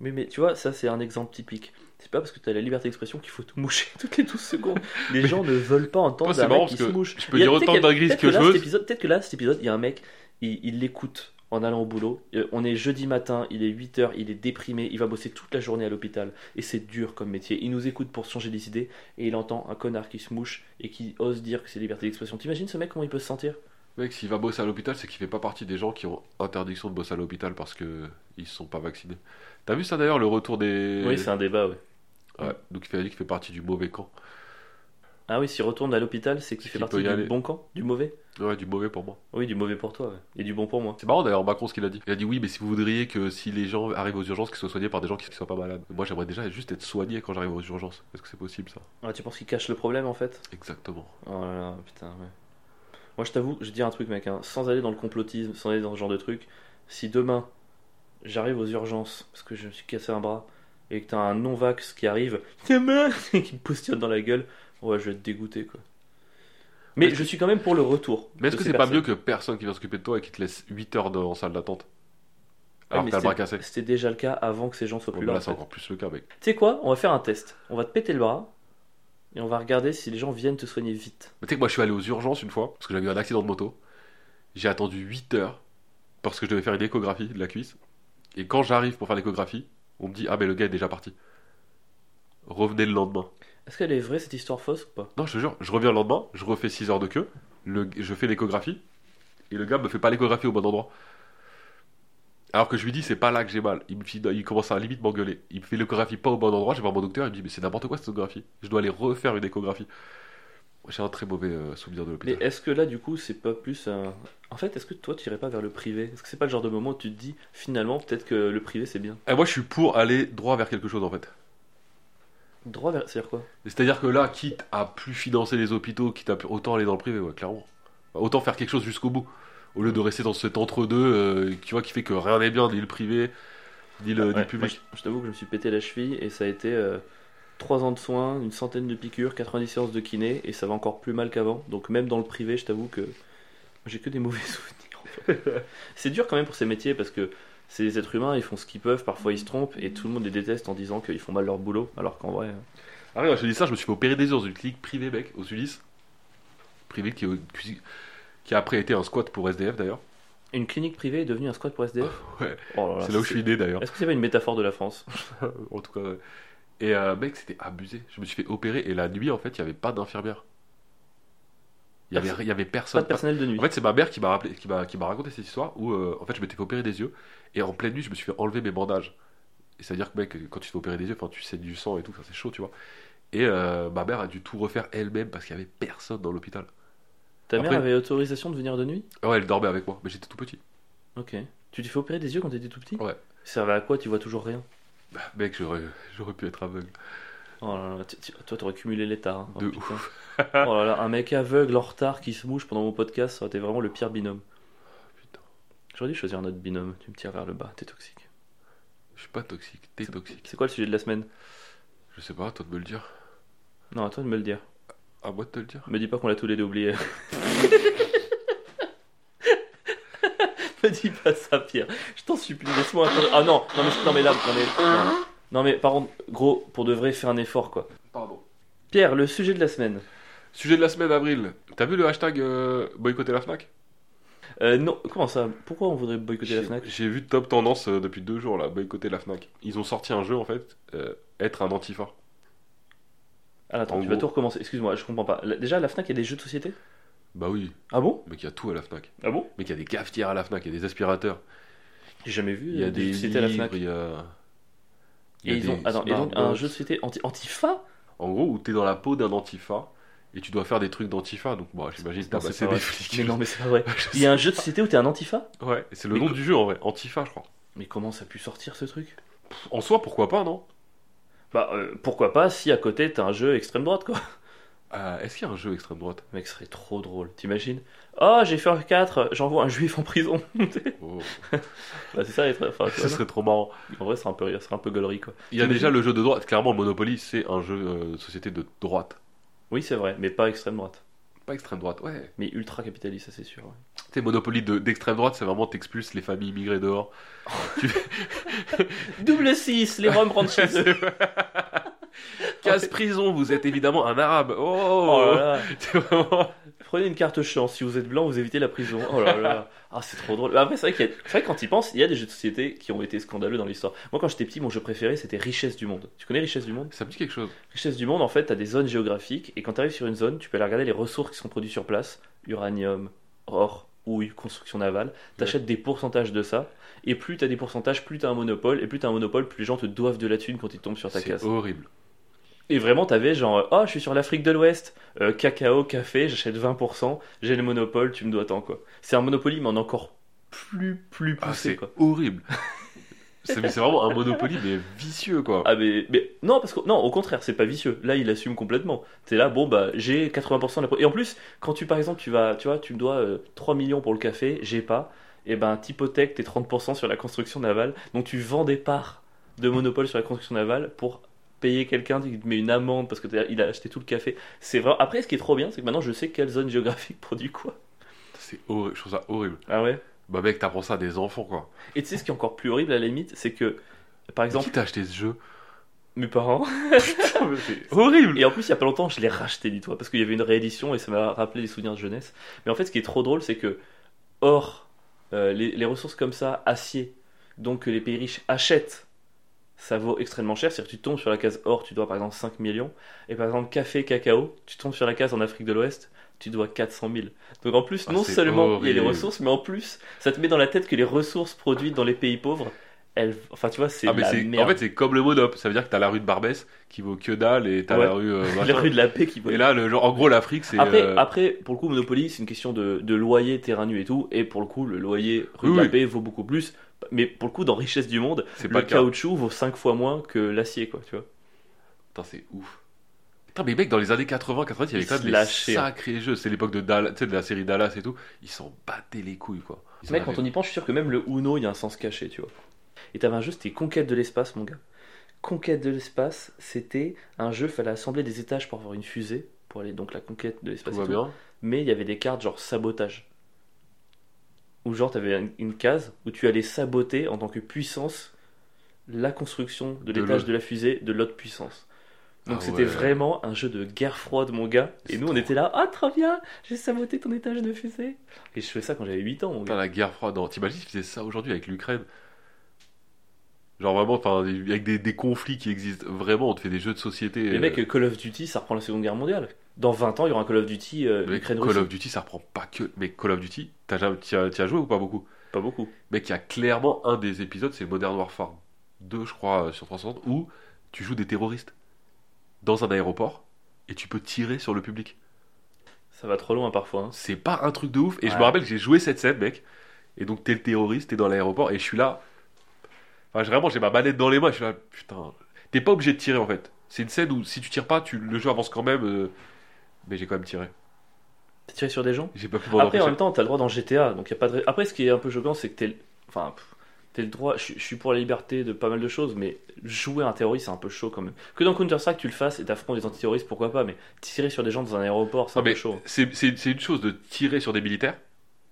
S1: Mais, mais tu vois, ça c'est un exemple typique. C'est pas parce que t'as la liberté d'expression qu'il faut tout moucher toutes les 12 secondes. Les gens ne veulent pas entendre
S2: Moi, c'est
S1: un
S2: marrant
S1: mec qui
S2: parce
S1: se
S2: que
S1: mouche.
S2: je peux
S1: Il y a-
S2: dire
S1: peut-être
S2: autant
S1: qu'il y a-
S2: de dingueries
S1: peut-être
S2: que je
S1: là,
S2: veux.
S1: cet épisode- Peut-être que là, cet épisode, il y a un mec, il il l'écoute en allant au boulot. Euh, On est jeudi matin, il est 8h, il est déprimé, il va bosser toute la journée à l'hôpital. Et c'est dur comme métier. Il nous écoute pour se changer des idées et il entend un connard qui se mouche et qui ose dire que c'est liberté d'expression. T'imagines ce mec comment il peut se sentir
S2: Mec, s'il va bosser à l'hôpital, c'est qu'il fait pas partie des gens qui ont interdiction de bosser à l'hôpital parce que ils sont pas vaccinés. T'as vu ça d'ailleurs, le retour des.
S1: Oui, c'est un débat, ouais.
S2: Ouais, donc il fait, il fait partie du mauvais camp.
S1: Ah oui, s'il retourne à l'hôpital, c'est qu'il fait
S2: Qu'il
S1: partie
S2: peut y
S1: du
S2: aller.
S1: bon camp, du mauvais
S2: Ouais, du mauvais pour moi.
S1: Oui, du mauvais pour toi, ouais. Et du bon pour moi.
S2: C'est marrant d'ailleurs, Macron, ce qu'il a dit. Il a dit oui, mais si vous voudriez que si les gens arrivent aux urgences, qu'ils soient soignés par des gens qui ne soient pas malades. Moi, j'aimerais déjà juste être soigné quand j'arrive aux urgences. Est-ce que c'est possible ça
S1: Ah, tu penses qu'il cache le problème en fait
S2: Exactement.
S1: Oh là là, putain, ouais. Moi je t'avoue, je vais te dire un truc, mec, hein, sans aller dans le complotisme, sans aller dans ce genre de truc, si demain j'arrive aux urgences parce que je me suis cassé un bras et que t'as un non-vax qui arrive, c'est mort et qui me postillonne dans la gueule, ouais, je vais être dégoûté quoi. Mais
S2: Mais-
S1: je suis quand même pour le retour.
S2: Mais est-ce
S1: de
S2: que
S1: ces
S2: c'est pas
S1: personnes.
S2: mieux que personne qui vient s'occuper de toi et qui te laisse 8 heures dans- en salle d'attente
S1: Ouais,
S2: Alors
S1: Ah, mais
S2: que Ah, t'as le bras cassé
S1: c'était- C'était déjà le cas avant que ces gens soient
S2: Bon,
S1: plus
S2: bah
S1: là.
S2: Là,
S1: en
S2: c'est
S1: fait.
S2: encore plus le cas, mec.
S1: Tu sais quoi On va faire un test. On va te péter le bras et on va regarder si les gens viennent te soigner vite.
S2: Mais tu sais que moi, je suis allé aux urgences une fois parce que j'avais eu un accident de moto. J'ai attendu 8 heures parce que je devais faire une échographie de la cuisse. Et quand j'arrive pour faire l'échographie, on me dit Ah, mais le gars est déjà parti. Revenez le lendemain.
S1: Est-ce qu'elle est vraie cette histoire fausse ou pas
S2: Non, je te jure, je reviens le lendemain, je refais 6 heures de queue, le- je fais l'échographie, et le gars me fait pas l'échographie au bon endroit. Alors que je lui dis, c'est pas là que j'ai mal. Il, me fit- il commence à limite m'engueuler. Il me fait l'échographie pas au bon endroit, j'ai voir mon docteur, il me dit, mais c'est n'importe quoi cette échographie. Je dois aller refaire une échographie. J'ai un très mauvais euh, souvenir de
S1: Mais
S2: l'hôpital.
S1: est-ce que là, du coup, c'est pas plus un. En fait, est-ce que toi, tu irais pas vers le privé Est-ce que c'est pas le genre de moment où tu te dis, finalement, peut-être que le privé, c'est bien
S2: Et Eh, moi, je suis pour aller droit vers quelque chose en fait.
S1: Droit vers. C'est-à-dire quoi
S2: C'est-à-dire que là, quitte à plus financer les hôpitaux, quitte à plus- autant aller dans le privé, ouais, clairement. Bah, Autant faire quelque chose jusqu'au bout, au lieu de rester dans cet entre-deux, euh, tu vois, qui fait que rien n'est bien, ni le privé, ni le, ni le
S1: Ouais, moi,
S2: Euh, public.
S1: je- je t'avoue que je me suis pété la cheville et ça a été 3 ans de soins, une centaine de piqûres, 90 séances de kiné et ça va encore plus mal qu'avant. Donc même dans le privé, je t'avoue que j'ai que des mauvais souvenirs. en fait. c'est dur quand même pour ces métiers parce que c'est des êtres humains, ils font ce qu'ils peuvent, parfois ils se trompent et tout le monde les déteste en disant qu'ils font mal leur boulot alors qu'en vrai... euh,
S2: Ah ouais, je te dis ça, je me suis fait opérer des yeux dans une clinique privée, mec, aux Ulysses. Privée qui, euh, qui- qui a après été un squat pour SDF d'ailleurs.
S1: Une clinique privée est devenue un squat pour SDF
S2: Ouais,
S1: Oh là là,
S2: c'est là où je suis né d'ailleurs.
S1: Est-ce que c'est pas une métaphore de la France
S2: en tout cas. ouais. Et euh, mec, c'était abusé. Je me suis fait opérer et la nuit, en fait, il n'y avait pas d'infirmière. Il n'y avait, il y avait
S1: Ah, Pas
S2: personne.
S1: de personnel de nuit.
S2: En fait, c'est ma mère qui m'a rappelé, qui m'a, qui m'a raconté cette histoire où, euh, en fait, je m'étais fait opérer des yeux et en pleine nuit, je me suis fait enlever mes bandages. Et c'est-à-dire que, mec, quand tu te fais opérer des yeux, enfin, tu saignes du sang et tout, enfin, c'est chaud, tu vois. Et euh, ma mère a dû tout refaire elle-même parce qu'il n'y avait personne dans l'hôpital.
S1: Ta mère
S2: après-
S1: avait autorisation de venir de nuit
S2: Ah Ouais, elle dormait avec moi, mais j'étais tout petit.
S1: Ok. Tu t'es fait opérer des yeux quand t'étais tout petit
S2: Ouais.
S1: Ça servait à quoi Tu vois toujours rien
S2: Bah, mec, j'aurais, j'aurais pu être aveugle.
S1: Oh là là, tu- tu- toi t'aurais cumulé les tards. hein. Oh,
S2: De
S1: putain. oh là là, un mec aveugle en retard qui se mouche pendant mon podcast, ça aurait été vraiment le pire binôme.
S2: Putain,
S1: J'aurais dû choisir un autre binôme, tu me tires vers le bas, t'es toxique.
S2: je suis pas toxique, t'es toxique.
S1: C'est quoi le sujet de la semaine
S2: Je sais pas, à toi de me le dire.
S1: Non, à toi de me le dire.
S2: À moi de te le dire.
S1: Me dis pas qu'on l'a tous les deux oublié. me dis pas ça, Pierre. Je t'en supplie, laisse-moi un temps- Ah non, non mais, non mais là, non mais... Non. Non, mais par contre, gros, pour de vrai, fais un effort quoi.
S2: Pardon.
S1: Pierre, le sujet de la semaine.
S2: Sujet de la semaine, Avril. T'as vu le hashtag euh, boycotter la Fnac
S1: Euh, non, comment ça Pourquoi on voudrait boycotter la
S2: J'ai-
S1: FNAC
S2: J'ai vu top tendance euh, depuis deux jours là, boycotter la Fnac. Ils ont sorti un jeu en fait, euh, être un antifa.
S1: Ah, attends,
S2: En
S1: tu vas
S2: gros-
S1: tout recommencer. Excuse-moi, je comprends pas. La- Déjà, la Fnac, il y a des jeux de société
S2: Bah oui,
S1: Ah bon
S2: mais qu'il y a tout à la Fnac.
S1: Ah bon
S2: Mais qu'il y a des cafetières à la Fnac, il y a des aspirateurs,
S1: J'ai jamais vu
S2: il y a
S1: euh,
S2: des
S1: jeux de société
S2: livres,
S1: à la Fnac.
S2: il y a. il y
S1: Et
S2: a
S1: ils ont,
S2: des
S1: attends, et donc un
S2: Smartbox.
S1: jeu de société anti antifa
S2: En gros, où t'es dans la peau d'un antifa et tu dois faire des trucs d'antifa, donc moi j'imagine
S1: Non, Ah bah, c'est
S2: tabasser
S1: pas
S2: des
S1: vrai.
S2: flics.
S1: Mais non, mais c'est pas vrai.
S2: Je sais
S1: Il y a un jeu de société où t'es un antifa
S2: pas. Ouais, c'est le
S1: Mais
S2: nom
S1: co-
S2: du jeu en vrai, antifa je crois.
S1: Mais comment ça a pu sortir ce truc
S2: En soi, pourquoi pas, non
S1: Bah, euh, pourquoi pas si à côté t'as un jeu extrême droite quoi
S2: Euh, Est-ce qu'il y a un jeu extrême droite
S1: Mec, ce serait trop drôle, t'imagines Oh, j'ai fait un 4, j'envoie un juif en prison.
S2: Oh,
S1: bah, c'est ça, les enfin, tu
S2: Ce
S1: vois,
S2: serait trop marrant.
S1: En vrai, c'est un peu, c'est un peu gaulerie quoi.
S2: Il y a
S1: T'imagines
S2: déjà le jeu de droite. Clairement, Monopoly, c'est un jeu euh, société de droite.
S1: Oui, c'est vrai, mais pas extrême droite.
S2: Pas extrême droite, ouais.
S1: Mais ultra capitaliste, ça c'est sûr. ouais.
S2: Tu sais, Monopoly de- d'extrême droite, c'est vraiment t'expulses les familles immigrées dehors.
S1: Double 6, les Roms rentrent chez eux.
S2: Casse-prison, vous êtes évidemment un arabe.
S1: Oh
S2: Oh,
S1: là là.
S2: C'est vraiment-
S1: Prenez une carte chance, si vous êtes blanc, vous évitez la prison. Oh là là. Ah, c'est trop drôle. Mais Après, c'est vrai, qu'il y a- c'est vrai que quand il pense, il y a des jeux de société qui ont été scandaleux dans l'histoire. Moi, quand j'étais petit, mon jeu préféré, c'était Richesse du Monde. Tu connais Richesse du Monde
S2: Ça me dit quelque chose.
S1: Richesse du Monde, en fait, t'as des zones géographiques, et quand t'arrives sur une zone, tu peux aller regarder les ressources qui sont produites sur place uranium, or, houille, construction navale. T'achètes des pourcentages de ça, et plus t'as des pourcentages, plus t'as un monopole, et plus t'as un monopole, plus les gens te doivent de la thune quand ils tombent sur ta
S2: C'est
S1: casse.
S2: horrible.
S1: Et vraiment, t'avais genre, euh, oh, je suis sur l'Afrique de l'Ouest, euh, cacao, café, j'achète 20%, j'ai le monopole, tu me dois tant, quoi. C'est un monopoly, mais en encore plus, plus
S2: Ah,
S1: poussé,
S2: c'est
S1: quoi.
S2: horrible. c'est mais c'est vraiment un Monopoly, mais vicieux, quoi.
S1: Ah, mais, mais- non, parce que, non, au contraire, c'est pas vicieux. Là, il assume complètement. T'es là, bon, bah, j'ai 80% de la. pro- Et en plus, quand tu, par exemple, tu vas, tu vois, tu me dois euh, 3 millions pour le café, j'ai pas, et ben, t'hypothèques tes 30% sur la construction navale, donc tu vends des parts de monopole sur la construction navale pour payer quelqu'un, tu te mets une amende parce que t'as- il a acheté tout le café. C'est vrai. Après, ce qui est trop bien, c'est que maintenant je sais quelle zone géographique produit quoi.
S2: C'est horrible, je trouve ça horrible.
S1: Ah ouais.
S2: Bah mec, t'apprends ça à des enfants quoi.
S1: Et tu sais ce qui est encore plus horrible à la limite, c'est que par
S2: Exemple,
S1: exemple
S2: qui t'a acheté ce jeu
S1: mes parents.
S2: C'est horrible.
S1: Et en plus, il y a pas longtemps, je l'ai racheté, dis-toi, parce qu'il y avait une réédition et ça m'a rappelé des souvenirs de jeunesse. Mais en fait, ce qui est trop drôle, c'est que, or, euh, les, les ressources comme ça, acier, donc que les pays riches achètent, ça vaut extrêmement cher. C'est-à-dire que tu tombes sur la case or, tu dois par exemple 5 millions. Et par exemple, café, cacao, tu tombes sur la case en Afrique de l'Ouest, tu dois 400 000. Donc en plus,
S2: Ah,
S1: non
S2: c'est
S1: seulement il y a les
S2: horrible.
S1: ressources, mais en plus, ça te met dans la tête que les ressources produites dans les pays pauvres, elles. Enfin, tu vois, c'est
S2: Ah,
S1: de
S2: mais
S1: la
S2: c'est-
S1: merde.
S2: en fait, c'est comme le monop. Ça veut dire que t'as la rue de Barbès qui vaut que dalle et t'as
S1: Ouais.
S2: la rue. euh,
S1: la
S2: machin.
S1: rue de la paix qui vaut
S2: Et là, le genre, en gros, l'Afrique, c'est.
S1: Après,
S2: euh,
S1: après, pour le coup, Monopoly, c'est une question de, de loyer, terrain nu et tout. Et pour le coup, le loyer rue
S2: Oui,
S1: de la
S2: oui.
S1: Paix vaut beaucoup plus. Mais pour le coup, dans Richesse du Monde,
S2: c'est
S1: le
S2: pas le cas.
S1: caoutchouc vaut 5 fois moins que l'acier, quoi, tu vois.
S2: Putain, c'est ouf. Putain, mais mec, dans les années 80, 90, il y avait
S1: Ils
S2: quand même
S1: se hein.
S2: des
S1: lâchaient.
S2: sacrés jeux. C'est l'époque de, Dallas- tu sais, de la série Dallas et tout. Ils s'en battaient les couilles, quoi. Ils
S1: Mec,
S2: en
S1: quand
S2: avaient-
S1: on y pense, je suis sûr que même le Uno, il y a un sens caché, tu vois. Et t'avais un jeu, c'était Conquête de l'espace, mon gars. Conquête de l'espace, c'était un jeu, fallait assembler des étages pour avoir une fusée, pour aller donc la conquête de l'espace.
S2: Tout
S1: et
S2: va
S1: tout.
S2: bien.
S1: mais il y avait des cartes genre sabotage. Ou genre, tu avais une, une case où tu allais saboter en tant que puissance la construction de
S2: De
S1: l'étage
S2: l'autre.
S1: de la fusée de l'autre puissance. Donc
S2: Ah
S1: c'était
S2: ouais.
S1: vraiment un jeu de guerre froide, mon gars. Et
S2: C'est
S1: nous, on
S2: trop.
S1: était là, ah, trop bien, j'ai saboté ton étage de fusée. Et je fais ça quand j'avais 8 ans, mon
S2: Putain,
S1: gars.
S2: la guerre froide. non. T'imagines s'ils faisaient ça aujourd'hui avec l'Ukraine Genre vraiment, enfin, avec des, des conflits qui existent vraiment, on te fait des jeux de société.
S1: Les
S2: euh,
S1: mecs, Call of Duty, ça reprend la Seconde Guerre mondiale. Dans 20 ans, il y aura un Call of Duty euh,
S2: mec, Call
S1: Ukraine-Russie.
S2: of Duty, ça reprend pas que. Mais Call of Duty, t'as jamais- t'y as, t'y as joué ou pas beaucoup
S1: Pas beaucoup.
S2: Mec, il y a clairement un des épisodes, c'est Modern Warfare 2, je crois, euh, sur 360, où tu joues des terroristes dans un aéroport et tu peux tirer sur le public.
S1: Ça va trop loin parfois. hein.
S2: C'est pas un truc de ouf. Et je
S1: Ouais.
S2: me rappelle que j'ai joué cette scène, mec. Et donc, t'es le terroriste, t'es dans l'aéroport, et je suis là. Enfin, j'ai- vraiment, j'ai ma manette dans les mains, je suis là, putain. T'es pas obligé de tirer en fait. C'est une scène où si tu tires pas, tu, le jeu avance quand même. euh, Mais j'ai quand même tiré.
S1: T'as tiré sur des gens
S2: J'ai pas pu m'en
S1: Après, en
S2: empêcher.
S1: même temps, t'as le droit dans GTA, donc y a pas de... ra- Après, ce qui est un peu choquant, c'est que t'es, le- enfin, pff, t'es le droit. Je suis- je suis pour la liberté de pas mal de choses, mais jouer à un terroriste, c'est un peu chaud quand même. Que dans Counter Strike, tu le fasses et t'affrontes des antiterroristes, pourquoi pas Mais tirer sur des gens dans un aéroport, c'est un
S2: Non, Ah, mais
S1: peu chaud.
S2: C'est c'est- c'est une chose de tirer sur des militaires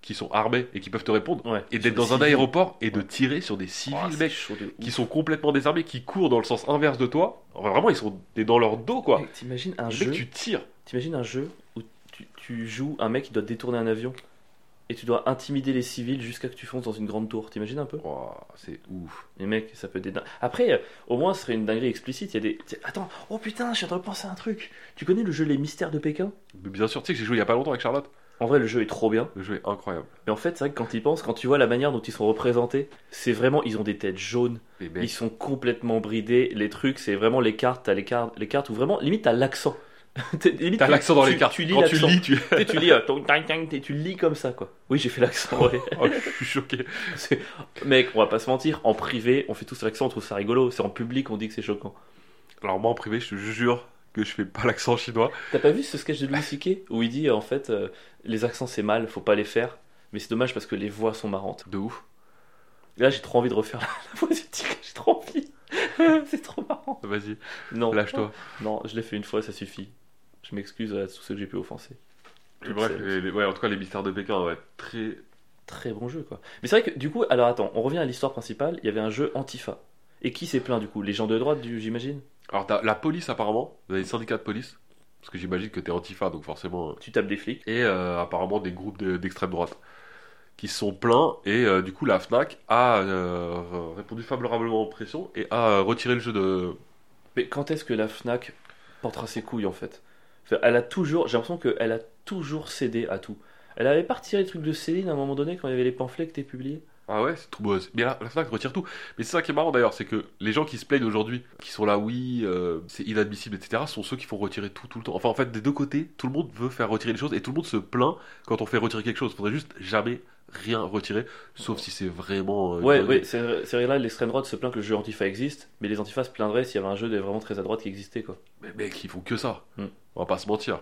S2: qui sont armés et qui peuvent te répondre,
S1: Ouais.
S2: et
S1: Sur
S2: d'être
S1: des
S2: dans un
S1: civils.
S2: aéroport et de
S1: Ouais.
S2: tirer sur des
S1: Oh,
S2: civils,
S1: c'est
S2: mec,
S1: chaud de ouf.
S2: qui sont complètement désarmés, qui courent dans le sens inverse de toi. Enfin, vraiment, ils sont t'es dans leur dos, quoi.
S1: Mec, T'imagines un
S2: Mec,
S1: jeu
S2: tu tires.
S1: T'imagines un jeu où tu, tu joues un mec qui doit détourner un avion et tu dois intimider les civils jusqu'à ce que tu fonces dans une grande tour. T'imagines un peu
S2: Oh, c'est ouf.
S1: Mais mec, ça peut être des ding- Après, euh, au moins, ce serait une dinguerie explicite. Il y a des. Tiens, Attends, oh putain, je suis en train de penser à un truc. Tu connais le jeu Les Mystères de Pékin
S2: Mais bien sûr, tu sais que j'ai joué il y a pas longtemps avec Charlotte.
S1: En vrai, le jeu est trop bien.
S2: Le jeu est incroyable.
S1: Mais en fait, c'est vrai que quand ils pensent, quand tu vois la manière dont ils sont représentés, c'est vraiment. Ils ont des têtes jaunes.
S2: Mais
S1: Ils
S2: mec,
S1: sont complètement bridés. Les trucs, c'est vraiment les cartes. T'as les cartes, les cartes où vraiment, limite, t'as l'accent. T'es- limite,
S2: t'as
S1: tu-
S2: l'accent dans
S1: tu-
S2: les cartes.
S1: Tu lis
S2: Quand tu
S1: l'accent.
S2: lis, tu.
S1: Tu sais, tu lis, euh, tong, tang, tang, t'es- tu lis comme ça, quoi. Oui, j'ai fait l'accent, ouais.
S2: oh, je suis choqué.
S1: C'est- Mec, on va pas se mentir. En privé, on fait tous l'accent, on trouve ça rigolo. C'est en public, on dit que c'est choquant.
S2: Alors, moi en privé, je te jure que je fais pas l'accent chinois.
S1: T'as pas vu ce sketch de Louis C.K. où il dit euh, en fait euh, les accents c'est mal, faut pas les faire, mais c'est dommage parce que les voix sont marrantes.
S2: De ouf.
S1: Et là j'ai trop envie de refaire la, la voix du tigre, j'ai trop envie. c'est trop marrant.
S2: Vas-y,
S1: Non,
S2: lâche-toi.
S1: Non, je l'ai fait une fois, ça suffit. Je m'excuse euh, à tous ceux que j'ai pu offenser.
S2: Mais Bref, les- les- ouais, en tout cas, les mystères de Pékin, ouais, très.
S1: Très bon jeu quoi. Mais c'est vrai que du coup, alors attends, on revient à l'histoire principale, il y avait un jeu Antifa. Et qui s'est plaint du coup Les gens de droite, du- j'imagine
S2: Alors, t'as la police, apparemment, t'as les syndicats de police, parce que j'imagine que t'es antifa, donc forcément. euh,
S1: Tu tapes des flics.
S2: Et euh, apparemment, des groupes de- d'extrême droite qui se sont plaints, et euh, du coup, la Fnac a euh, répondu favorablement aux pressions et a euh, retiré le jeu de.
S1: Mais quand est-ce que la FNAC portera ses couilles en fait Enfin, Elle a toujours, j'ai l'impression qu'elle a toujours cédé à tout. Elle avait pas retiré le truc de Céline à un moment donné quand il y avait les pamphlets que t'es publiés
S2: Ah ouais, c'est tout beau. Mais la, la Fnac retire tout. Mais c'est ça qui est marrant d'ailleurs, c'est que les gens qui se plaignent aujourd'hui, qui sont là, oui, euh, c'est inadmissible, etc., sont ceux qui font retirer tout tout le temps. Enfin, en fait, des deux côtés, tout le monde veut faire retirer les choses et tout le monde se plaint quand on fait retirer quelque chose. Faudrait juste jamais rien retirer, sauf si c'est vraiment. euh,
S1: Ouais,
S2: dingue.
S1: ouais, c'est vrai c'est vrai, là l'extrême droite se plaint que le jeu Antifa existe, mais les Antifa se plaindraient s'il y avait un jeu de vraiment très à droite qui existait quoi.
S2: Mais mec, ils font que ça.
S1: Hmm.
S2: On va pas se mentir.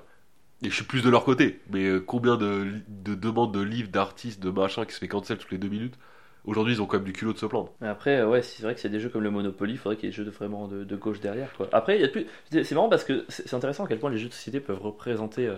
S2: Et je suis plus de leur côté. Mais euh, combien de, de demandes de livres, d'artistes, de machins qui se fait cancel toutes les deux minutes Aujourd'hui, ils ont quand même du culot de se plaindre.
S1: Mais Après, euh, ouais, c'est vrai que c'est des jeux comme le Monopoly, il faudrait qu'il y ait des jeux de vraiment de, de gauche derrière. Quoi. Après, il y a de plus... c'est c'est marrant parce que c'est c'est intéressant à quel point les jeux de société peuvent représenter, euh,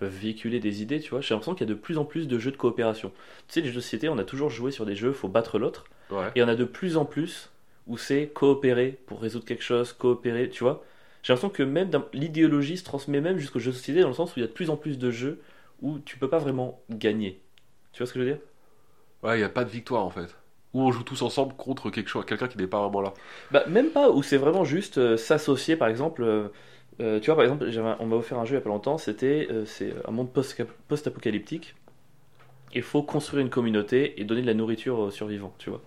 S1: peuvent véhiculer des idées, tu vois. J'ai l'impression qu'il y a de plus en plus de jeux de coopération. Tu sais, les jeux de société, on a toujours joué sur des jeux, faut battre l'autre.
S2: Ouais.
S1: Et on a de plus en plus où c'est coopérer pour résoudre quelque chose, coopérer, tu vois. J'ai l'impression que même dans- l'idéologie se transmet même jusqu'aux jeux de société dans le sens où il y a de plus en plus de jeux où tu peux pas vraiment gagner. Tu vois ce que je veux dire
S2: Ouais, il n'y a pas de victoire en fait. Ou on joue tous ensemble contre quelque chose, quelqu'un qui n'est pas vraiment là.
S1: Bah, même pas, où c'est vraiment juste euh, s'associer, par exemple. euh, euh, tu vois, par exemple, j'avais un- on m'a offert un jeu il n'y a pas longtemps, c'était euh, c'est un monde post- post-apocalyptique. Il faut construire une communauté et donner de la nourriture aux survivants, tu vois.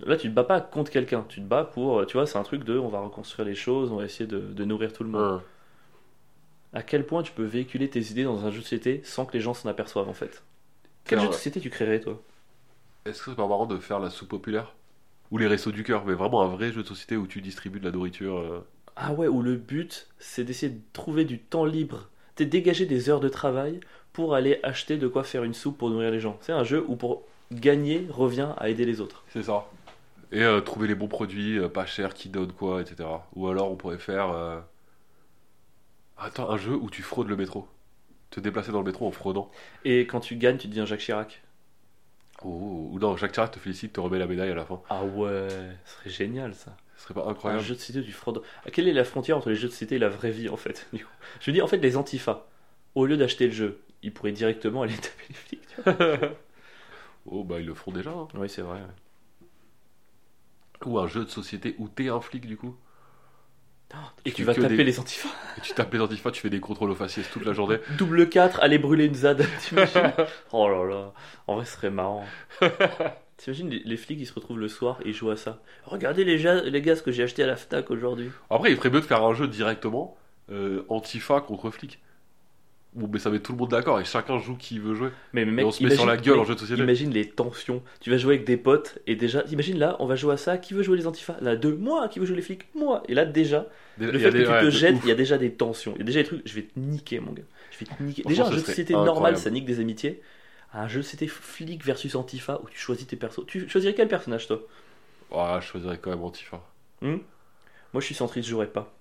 S1: Là, tu te bats pas contre quelqu'un, tu te bats pour. euh, Tu vois, c'est un truc de on va reconstruire les choses, on va essayer de, de nourrir tout le monde.
S2: Ouais.
S1: À quel point tu peux véhiculer tes idées dans un jeu de société sans que les gens s'en aperçoivent, en fait Quel
S2: Faire-
S1: jeu de société tu créerais, toi
S2: Est-ce que c'est pas marrant de faire la soupe populaire Ou les restos du cœur, mais vraiment un vrai jeu de société où tu distribues de la nourriture. euh.
S1: Ah ouais, où le but, c'est d'essayer de trouver du temps libre, de dégager des heures de travail pour aller acheter de quoi faire une soupe pour nourrir les gens. C'est un jeu où pour gagner revient à aider les autres.
S2: C'est ça. Et euh, trouver les bons produits, euh, pas chers, qui donnent quoi, etc. Ou alors on pourrait faire. euh, Attends, un jeu où tu fraudes le métro. Te déplacer dans le métro en fraudant.
S1: Et quand tu gagnes, tu deviens Jacques Chirac.
S2: Oh, ou non, Jacques Chirac te félicite, te remet la médaille à la fin.
S1: Ah ouais, ce serait génial ça.
S2: Ce serait pas
S1: Un
S2: incroyable
S1: jeu de cité du fraude. Ah, Quelle est la frontière entre les jeux de cité et la vraie vie en fait du coup Je veux dire, en fait, les antifas, au lieu d'acheter le jeu, ils pourraient directement aller taper les flics. tu Ah.
S2: Oh, bah ils le font déjà. hein.
S1: vois. Oui, c'est vrai. ouais.
S2: Ou un jeu de société où t'es un flic du coup.
S1: Et
S2: Tu
S1: tu
S2: fais
S1: vas
S2: que
S1: taper
S2: des-
S1: les antifas.
S2: Et tu tapes les antifas, tu fais des contrôles aux faciès toute la journée.
S1: Double 4, aller brûler une ZAD, t'imagines Oh là là, en vrai ce serait marrant. T'imagines les, les flics ils se retrouvent le soir et ils jouent à ça. Regardez les, ja- les gars ce que j'ai acheté à la FNAC aujourd'hui.
S2: Après, il ferait mieux de faire un jeu directement euh, antifa contre flic. Bon, mais ça met tout le monde d'accord et chacun joue qui veut jouer.
S1: Mais, mais
S2: et
S1: mec,
S2: on se met sur la gueule en jeu
S1: mec,
S2: de société.
S1: Imagine les tensions. Tu vas jouer avec des potes et déjà, imagine là, on va jouer à ça. Qui veut jouer les antifas Là, deux, moi. Qui veut jouer les flics Moi. Et là, déjà,
S2: Des-
S1: le
S2: il y
S1: fait
S2: a
S1: que
S2: des-
S1: tu
S2: ouais,
S1: te
S2: de
S1: jettes,
S2: ouf.
S1: il y a déjà des tensions. Il y a déjà des trucs, je vais te niquer, mon gars. Je vais te niquer.
S2: Franchement,
S1: Déjà, un
S2: ce
S1: jeu de
S2: serait
S1: société
S2: incroyable.
S1: normal, ça nique des amitiés. Un jeu de société flic versus antifa où tu choisis tes persos. Tu choisirais quel personnage, toi
S2: Ouais, Ah, je choisirais quand même antifa.
S1: Moi, je suis centriste, je jouerai pas.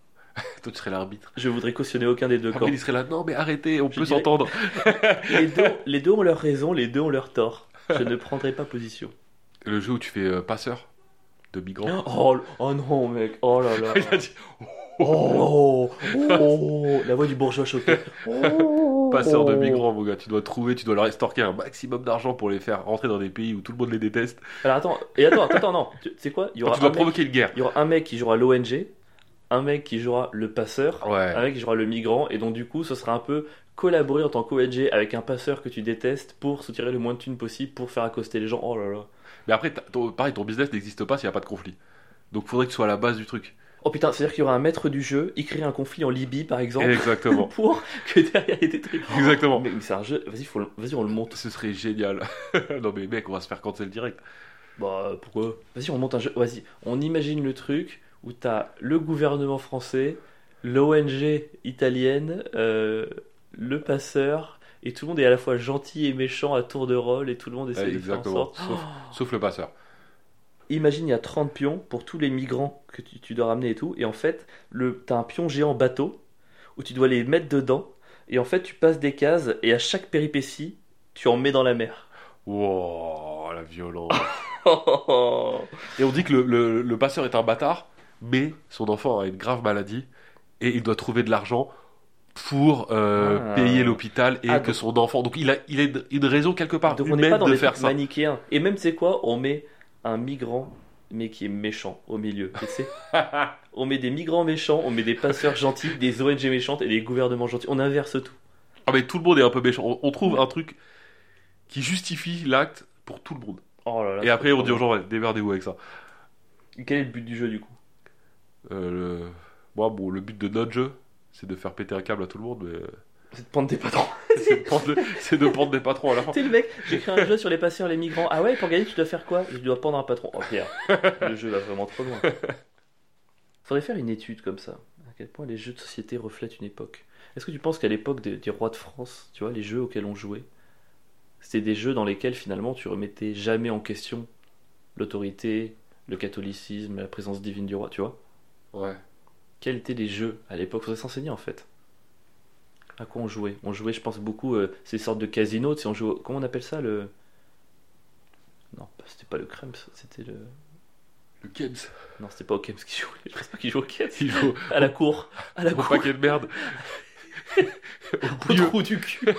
S2: Toi, tu serais l'arbitre.
S1: Je voudrais cautionner aucun des deux camps.
S2: Après, il serait là. Non, mais arrêtez, on
S1: Je
S2: peut
S1: dirais-
S2: s'entendre.
S1: Les deux, les deux ont leur raison, les deux ont leur tort. Je ne prendrai pas position.
S2: Le jeu où tu fais euh, passeur de migrants.
S1: Oh, le- oh non, mec. Oh là là.
S2: Il a dit
S1: Oh, oh, la voix du bourgeois choqué. Oh.
S2: passeur de migrants, mon gars. Tu dois trouver, tu dois leur estorquer un maximum d'argent pour les faire rentrer dans des pays où tout le monde les déteste.
S1: Oh. Alors attends, et attends, attends, attends, non. Tu tu sais quoi Il y
S2: Enfin,
S1: aura
S2: tu
S1: un
S2: dois
S1: mec-
S2: provoquer une guerre.
S1: il y aura un mec qui jouera l'ONG, un mec qui jouera le passeur,
S2: Ouais.
S1: un mec qui Ah jouera le migrant, et donc du coup, ce sera un peu collaborer en tant qu'ONG avec un passeur que tu détestes pour se tirer le moins de thunes possible pour faire accoster les gens. Oh là là.
S2: Mais après, t'as- ton- pareil, ton business n'existe pas s'il n'y a pas de conflit. Donc, faudrait que tu sois à la base du truc.
S1: Oh putain, c'est-à-dire qu'il y aura un maître du jeu, il crée un conflit en Libye par exemple,
S2: Exactement.
S1: pour que derrière il y ait des trucs.
S2: Exactement.
S1: Mais, mais c'est un jeu, vas-y, faut le- vas-y, on le monte.
S2: Ce serait génial. non mais mec, on va se faire cancel direct.
S1: Bah euh, pourquoi Vas-y, on monte un jeu, vas-y, on imagine le truc où t'as le gouvernement français, l'ONG italienne, euh, le passeur, et tout le monde est à la fois gentil et méchant à tour de rôle, et tout le monde essaie
S2: Ouais,
S1: de faire en
S2: exactement.
S1: sorte.
S2: Sauf,
S1: Oh.
S2: sauf le passeur.
S1: Imagine, il y a 30 pions pour tous les migrants que tu, tu dois ramener et tout. Et en fait, le, t'as un pion géant bateau où tu dois les mettre dedans. Et en fait, tu passes des cases et à chaque péripétie, tu en mets dans la mer.
S2: Wow, la violence.
S1: et
S2: et on dit que le, le- le passeur est un bâtard, mais son enfant a une grave maladie et il doit trouver de l'argent pour euh,
S1: Ah.
S2: payer l'hôpital et
S1: Ah,
S2: que
S1: donc-
S2: son enfant. Donc il a, il a une- une raison quelque part
S1: donc, on n'est pas
S2: humaine
S1: dans
S2: de
S1: des
S2: faire
S1: trucs
S2: ça.
S1: manichéens. Et même, c'est quoi On met un migrant, mais qui est méchant au milieu. Tu sais on met des migrants méchants, on met des passeurs gentils, des ONG méchantes et des gouvernements gentils. On inverse tout.
S2: Ah mais tout le monde est un peu méchant. On, on trouve un truc qui justifie l'acte pour tout le monde.
S1: Oh là là.
S2: et après on dit aux gens, ouais, démerdez-vous avec ça.
S1: Quel est le but du jeu du coup
S2: Euh, le- Moi, bon, le but de notre jeu, c'est de faire péter un câble à tout le monde, mais...
S1: C'est de prendre des patrons.
S2: c'est de, prendre- c'est de prendre des patrons à la fin.
S1: T'es le mec, j'ai créé un jeu sur les passeurs, les migrants. Ah ouais, pour gagner, tu dois faire quoi Je dois prendre un patron. Oh Pierre, le jeu va vraiment trop loin. Faudrait faire une étude comme ça. À quel point les jeux de société reflètent une époque. Est-ce que tu penses qu'à l'époque des, des rois de France, tu vois, les jeux auxquels on jouait, c'était des jeux dans lesquels finalement tu remettais jamais en question l'autorité, le catholicisme, la présence divine du roi, tu vois.
S2: Ouais.
S1: Quels étaient les jeux à l'époque Faudrait s'enseigner en fait. À quoi on jouait On jouait, je pense, beaucoup euh, ces sortes de casinos. Tu sais, on jouait, au- comment on appelle ça le Non, bah, c'était pas le Krems, c'était le.
S2: Le Games.
S1: Non, c'était pas au Krems qui jouait. Je pense pas qu'il jouait au Krems.
S2: Il joue
S1: À la cour. À la
S2: au
S1: cour.
S2: paquet de merde.
S1: Au trou du cul.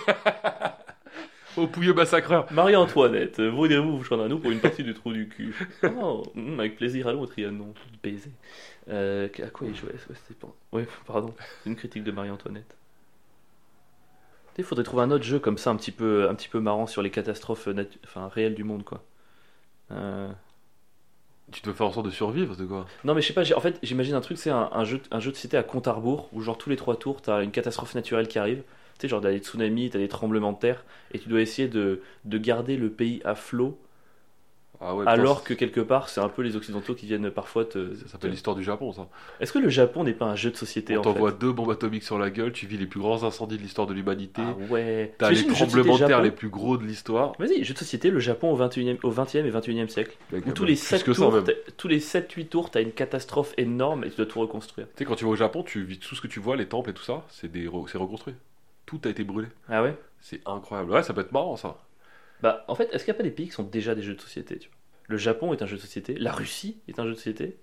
S2: Au pouilleux massacreur.
S1: Marie-Antoinette, voulez-vous vous joindre à nous pour une partie du trou du cul Oh, hum, avec plaisir, allons au Trianon, baiser. Euh, à quoi il jouait ouais, c'était pas- ouais, pardon, c'est une critique de Marie-Antoinette. Il faudrait trouver un autre jeu comme ça, un petit peu, un petit peu marrant sur les catastrophes natu- enfin, réelles du monde, quoi. Euh,
S2: Tu dois faire en sorte de survivre, c'est quoi
S1: Non, mais je sais pas, j'ai- en fait, j'imagine un truc, c'est un, un jeu, un jeu de cité à compte à rebours où, genre, tous les trois tours, t'as une catastrophe naturelle qui arrive. Tu sais, genre, t'as des tsunamis, t'as des tremblements de terre, et tu dois essayer de, de garder le pays à flot
S2: Ah ouais, putain,
S1: Alors que
S2: c'est-
S1: quelque part, c'est un peu les Occidentaux qui viennent parfois te.
S2: Ça s'appelle l'histoire du Japon, ça.
S1: Est-ce que le Japon n'est pas un jeu de société
S2: On
S1: en fait
S2: t'envoie deux bombes atomiques sur la gueule, tu vis les plus grands incendies de l'histoire de l'humanité.
S1: Ah ouais.
S2: T'as les
S1: T'imagines le jeu de
S2: tremblements de
S1: société
S2: terre
S1: Japon
S2: les plus gros de l'histoire.
S1: Vas-y, jeu de société, le Japon au 21e, au 20e et 21e siècle.
S2: Avec,
S1: Où
S2: euh,
S1: tous les,
S2: plus
S1: 7
S2: que ça,
S1: tours,
S2: même.
S1: t'as- tous les 7-8 tours, t'as une catastrophe énorme et tu dois tout reconstruire.
S2: Tu sais, quand tu vas au Japon, tu vis tout ce que tu vois, les temples et tout ça, c'est des re- c'est reconstruit. Tout a été brûlé.
S1: Ah ouais
S2: C'est incroyable. Ouais, ça peut être marrant, ça.
S1: Bah, en fait, est-ce qu'il n'y a pas des pays qui sont déjà des jeux de société tu vois Le Japon est un jeu de société, la Russie est un jeu de société.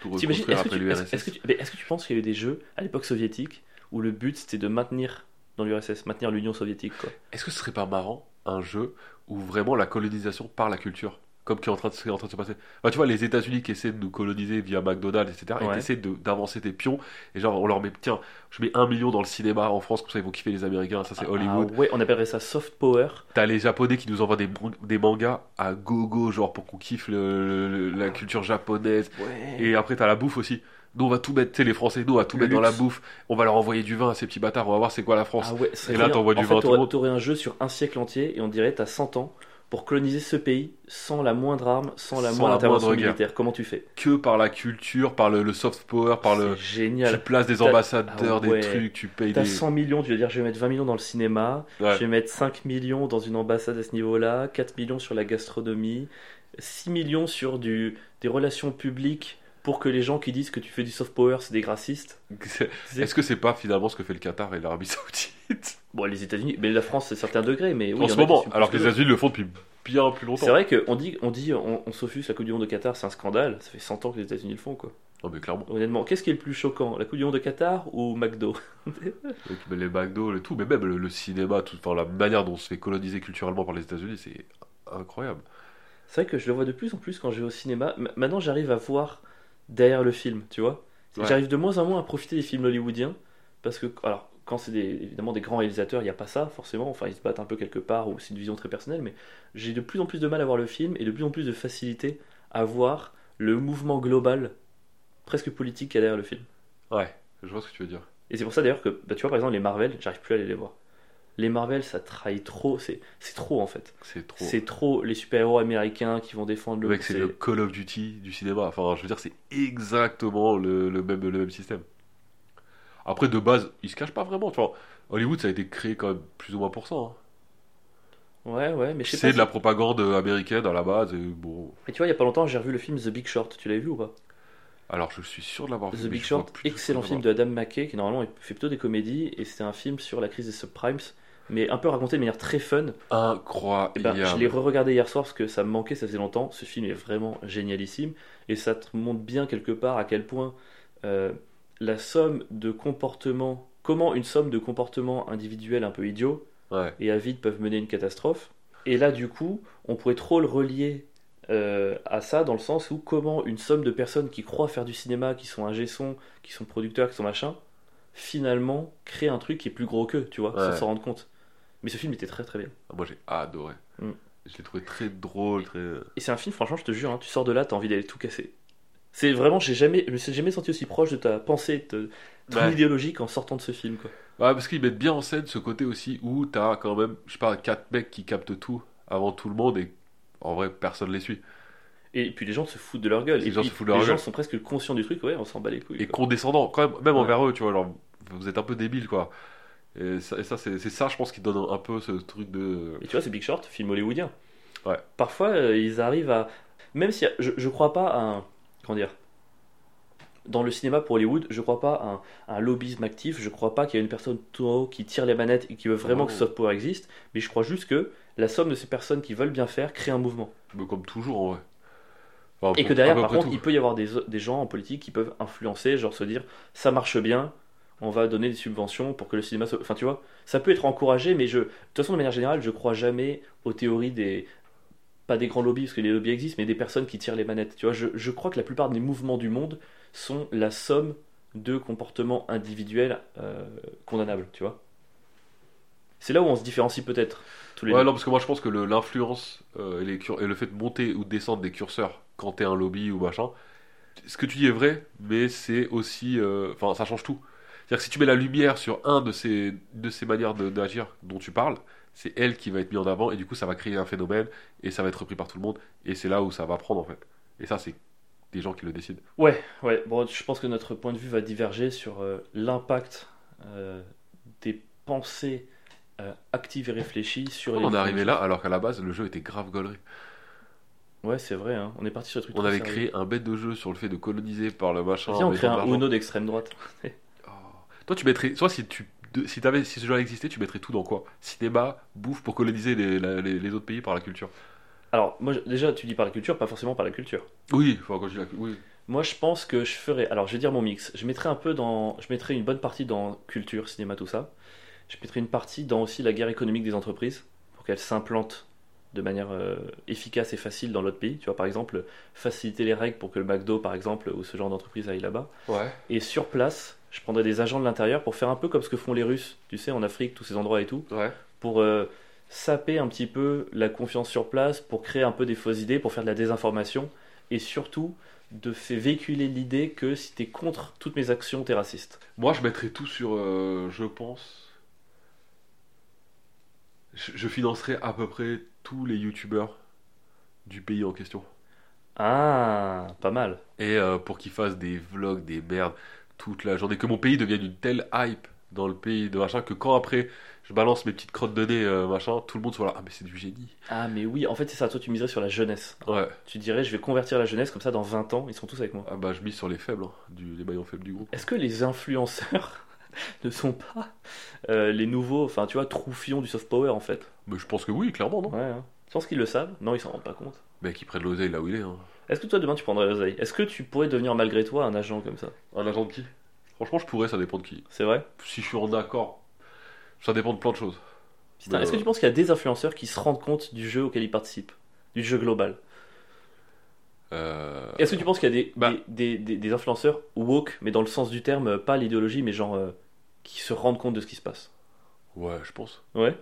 S2: Tout
S1: T'imagines,
S2: reconstruire
S1: est-ce que,
S2: après
S1: tu- est-ce- est-ce que
S2: l'URSS.
S1: tu- mais est-ce que tu penses qu'il y a eu des jeux à l'époque soviétique où le but c'était de maintenir dans l'URSS, maintenir l'Union soviétique quoi
S2: Est-ce que ce serait pas marrant un jeu où vraiment la colonisation par la culture, comme qui est en train de, se- en train de se passer Enfin, tu vois, les États-Unis qui essaient de nous coloniser via McDonald's, etc., et
S1: Ouais.
S2: t'essaies de- d'avancer tes pions, et genre, on leur met, tiens, je mets un million dans le cinéma en France, comme ça ils vont kiffer les Américains, ça c'est Hollywood.
S1: Ah ouais, on appellerait ça soft power.
S2: T'as les Japonais qui nous envoient des, mang- des mangas à gogo, genre pour qu'on kiffe le- le-
S1: Ah.
S2: la culture japonaise.
S1: Ouais.
S2: Et après, t'as la bouffe aussi. Nous, on va tout mettre, tu sais, les Français, nous, on va tout
S1: Le
S2: mettre dans la
S1: luxe.
S2: bouffe. On va leur envoyer du vin à ces petits bâtards, on va voir c'est quoi la France.
S1: Ah ouais, ce serait
S2: Et là,
S1: bien.
S2: t'envoies du
S1: en
S2: vin à
S1: fait,
S2: tout le
S1: t'aurais-
S2: monde.
S1: T'aurais un jeu sur un siècle entier et on dirait t'as 100 ans pour coloniser ce pays sans la moindre arme, sans la moindre
S2: Sans la moindre
S1: intervention
S2: guerre.
S1: militaire. Comment tu fais
S2: Que par la culture, par le, le soft power, par
S1: C'est
S2: le. Tu
S1: Génial.
S2: places des
S1: T'as-
S2: ambassadeurs,
S1: Ah ouais.
S2: des trucs, tu payes
S1: T'as
S2: des.
S1: 100 millions, tu vas dire je vais mettre 20 millions dans le cinéma,
S2: Ouais.
S1: je vais mettre 5 millions dans une ambassade à ce niveau-là, 4 millions sur la gastronomie, 6 millions sur du, des relations publiques pour que les gens qui disent que tu fais du soft power c'est des racistes. Tu sais,
S2: Est-ce que c'est pas finalement ce que fait le Qatar et l'Arabie Saoudite
S1: Bon, les États-Unis, mais la France, c'est certains degrés, mais oui,
S2: En
S1: il y
S2: ce
S1: en a qui
S2: moment,
S1: sont plus
S2: alors que les
S1: d'autres.
S2: États-Unis le font depuis bien plus
S1: C'est
S2: longtemps.
S1: vrai qu'on dit, on dit, on, on s'offuse la Coupe du Monde de Qatar, c'est un scandale. Ça fait 100 ans que les États-Unis le font, quoi.
S2: Non, mais clairement.
S1: Honnêtement, qu'est-ce qui est le plus choquant, la Coupe du Monde de Qatar ou McDo
S2: Donc, mais les McDo, le tout, mais même le, le cinéma, tout, enfin, la manière dont on se fait coloniser culturellement par les États-Unis, c'est incroyable.
S1: C'est vrai que je le vois de plus en plus quand je vais au cinéma. M- maintenant, j'arrive à voir derrière le film, tu vois. C'est-
S2: Ouais.
S1: J'arrive de moins en moins à profiter des films hollywoodiens parce que, alors, quand c'est des- évidemment des grands réalisateurs, il n'y a pas ça forcément. Enfin, ils se battent un peu quelque part ou c'est une vision très personnelle, mais j'ai de plus en plus de mal à voir le film et de plus en plus de facilité à voir le mouvement global, presque politique, qu'il y a derrière le film.
S2: Ouais, je vois ce que tu veux dire.
S1: Et c'est pour ça d'ailleurs que, bah, tu vois, par exemple, les Marvel, j'arrive plus à aller les voir. Les Marvel, ça trahit trop, c'est c'est trop en fait.
S2: C'est trop.
S1: C'est trop les super-héros américains qui vont défendre
S2: Le
S1: le.
S2: mec, c'est
S1: c'est-
S2: le Call of Duty du cinéma. Enfin, je veux dire, c'est exactement le, le même, le même système. Après, de base, il se cache pas vraiment. Tu vois, Hollywood, ça a été créé quand même plus ou moins pour ça. hein.
S1: Ouais, ouais, mais je sais
S2: C'est
S1: pas.
S2: de la propagande euh, américaine à la base. Et bon,
S1: Et tu vois, il y a pas longtemps, j'ai revu le film The Big Short. Tu l'as vu ou pas
S2: alors je suis sûr de l'avoir vu.
S1: The
S2: mais
S1: Big
S2: je vois
S1: Short,
S2: plus du tout
S1: excellent
S2: ce
S1: film de Adam McKay qui normalement fait plutôt des comédies et c'était un film sur la crise des subprimes, mais un peu raconté de manière très fun.
S2: Incroyable.
S1: Et ben, je l'ai re-regardé hier soir parce que ça me manquait, ça faisait longtemps. Ce film est vraiment génialissime et ça te montre bien quelque part à quel point euh, la somme de comportements, comment une somme de comportements individuels un peu idiots
S2: Ouais.
S1: et avides peuvent mener à une catastrophe. Et là, du coup, on pourrait trop le relier euh, à ça dans le sens où comment une somme de personnes qui croient faire du cinéma, qui sont ingé son, qui sont producteurs, qui sont machin, finalement crée un truc qui est plus gros qu'eux, tu vois, sans
S2: Ouais.
S1: s'en rendre compte. Mais ce film était très très bien.
S2: Ah, Moi, j'ai adoré.
S1: Mm.
S2: Je l'ai trouvé très drôle, très. euh,
S1: Et c'est un film, franchement, je te jure, hein, tu sors de là, t'as envie d'aller tout casser. C'est vraiment, j'ai jamais, je me suis jamais senti aussi proche de ta pensée, de ton
S2: Ouais.
S1: idéologie qu'en sortant de ce film, quoi.
S2: Ouais, parce qu'ils mettent bien en scène ce côté aussi où t'as quand même, je sais pas, quatre mecs qui captent tout avant tout le monde et en vrai personne les suit.
S1: Et puis les gens se foutent de leur gueule.
S2: Les
S1: et
S2: gens
S1: puis,
S2: se foutent de leur
S1: les
S2: gueule.
S1: gens sont presque conscients du truc, ouais, on s'en bat les couilles.
S2: Et
S1: quoi.
S2: condescendant, quand même, même
S1: Ouais.
S2: envers eux, tu vois, genre, vous êtes un peu débile quoi. Et ça, et ça, c'est c'est ça, je pense, qui donne un peu ce truc de.
S1: Et tu vois, c'est Big Short, film hollywoodien.
S2: Ouais.
S1: Parfois, euh, ils arrivent à. Même si je, je crois pas à un. Comment dire Dans le cinéma pour Hollywood, je crois pas à un, à un lobbyisme actif, je crois pas qu'il y a une personne tout en haut qui tire les manettes et qui veut vraiment
S2: Oh.
S1: que ce soft power existe, mais je crois juste que la somme de ces personnes qui veulent bien faire crée un mouvement.
S2: Mais euh, comme toujours, en vrai. Enfin,
S1: Et
S2: pour-
S1: que
S2: à
S1: derrière,
S2: peu
S1: par
S2: près
S1: contre,
S2: tout.
S1: il peut y avoir des, des gens en politique qui peuvent influencer, genre se dire ça marche bien, on va donner des subventions pour que le cinéma. se- Enfin, tu vois, ça peut être encouragé, mais je. De toute façon, de manière générale, je crois jamais aux théories des. Pas des grands lobbies, parce que les lobbies existent, mais des personnes qui tirent les manettes. Tu vois, je, je crois que la plupart des mouvements du monde sont la somme de comportements individuels euh, condamnables, tu vois. C'est là où on se différencie peut-être, tous les
S2: Ouais,
S1: deux.
S2: non, parce que moi je pense que le- l'influence euh, et, les cur- et le fait de monter ou de descendre des curseurs quand t'es un lobby ou machin, ce que tu dis est vrai, mais c'est aussi. euh, Enfin, ça change tout. C'est-à-dire que si tu mets la lumière sur un de ces, de ces manières de- d'agir dont tu parles, c'est elle qui va être mise en avant et du coup ça va créer un phénomène et ça va être repris par tout le monde et c'est là où ça va prendre en fait. Et ça, c'est des gens qui le décident.
S1: Ouais, ouais. Bon, je pense que notre point de vue va diverger sur euh, l'impact euh, des pensées euh, actives et réfléchies sur les.
S2: On est arrivé là alors qu'à la base le jeu était grave gaulerie.
S1: Ouais, c'est vrai. hein. On est parti sur un truc.
S2: On
S1: très
S2: avait
S1: sérieux.
S2: créé un bête de jeu sur le fait de coloniser par le machin.
S1: Viens,
S2: en
S1: on crée
S2: mettant de
S1: un
S2: l'argent.
S1: Uno d'extrême droite.
S2: Oh. Toi, tu mettrais. Toi, si tu. de- Si, t'avais- si ce jeu existait, tu mettrais tout dans quoi Cinéma, bouffe pour coloniser les, la- les- les autres pays par la culture.
S1: Alors, moi, je- déjà, tu dis par la culture, pas forcément par la culture.
S2: Oui, enfin, quand je dis la culture. Oui.
S1: Moi, je pense que je ferais. Alors, je vais dire mon mix. Je mettrais un peu dans. Je mettrais une bonne partie dans culture, cinéma, tout ça. Je mettrais une partie dans aussi la guerre économique des entreprises pour qu'elles s'implantent de manière euh, efficace et facile dans l'autre pays. Tu vois, par exemple, faciliter les règles pour que le McDo, par exemple, ou ce genre d'entreprise aille là-bas.
S2: Ouais.
S1: Et sur place, je prendrais des agents de l'intérieur pour faire un peu comme ce que font les Russes, tu sais, en Afrique, tous ces endroits et tout
S2: Ouais.
S1: pour euh, saper un petit peu la confiance sur place, pour créer un peu des fausses idées, pour faire de la désinformation, et surtout de faire véhiculer l'idée que si t'es contre toutes mes actions, t'es raciste.
S2: Moi, je mettrais tout sur. euh, je pense. Je, je financerais à peu près tous les youtubeurs du pays en question.
S1: Ah, pas mal.
S2: Et euh, pour qu'ils fassent des vlogs, des merdes, toute la journée. Que mon pays devienne une telle hype dans le pays de machin que quand après je balance mes petites crottes de nez, euh, machin, tout le monde soit là. Ah, mais c'est du génie.
S1: Ah mais oui, en fait c'est ça, toi tu miserais sur la jeunesse.
S2: Ouais.
S1: Tu dirais je vais convertir la jeunesse, comme ça dans 20 ans, ils sont tous avec moi.
S2: Ah bah je mise sur les faibles, hein, du, les maillons faibles du groupe.
S1: Est-ce que les influenceurs ne sont pas euh, les nouveaux, enfin tu vois, troufions du soft power en fait
S2: Mais je pense que oui, clairement, non
S1: Ouais, hein. Tu penses qu'ils le savent Non, ils s'en rendent pas compte.
S2: Mais qu'ils prennent l'oseille là où il est. Hein.
S1: Est-ce que toi demain tu prendrais l'oseille Est-ce que tu pourrais devenir malgré toi un agent comme ça
S2: Un agent de qui Franchement, je pourrais, ça dépend de qui.
S1: C'est vrai
S2: Si je suis en accord, ça dépend de plein de choses.
S1: Putain,
S2: Bah,
S1: Est-ce que tu penses qu'il y a des influenceurs qui se rendent compte du jeu auquel ils participent Du jeu global
S2: Euh,
S1: Est-ce que tu penses qu'il y a des,
S2: Bah.
S1: des, des- des- des influenceurs woke, mais dans le sens du terme, euh, pas l'idéologie, mais genre euh, qui se rendent compte de ce qui se passe
S2: Ouais, je pense.
S1: Ouais.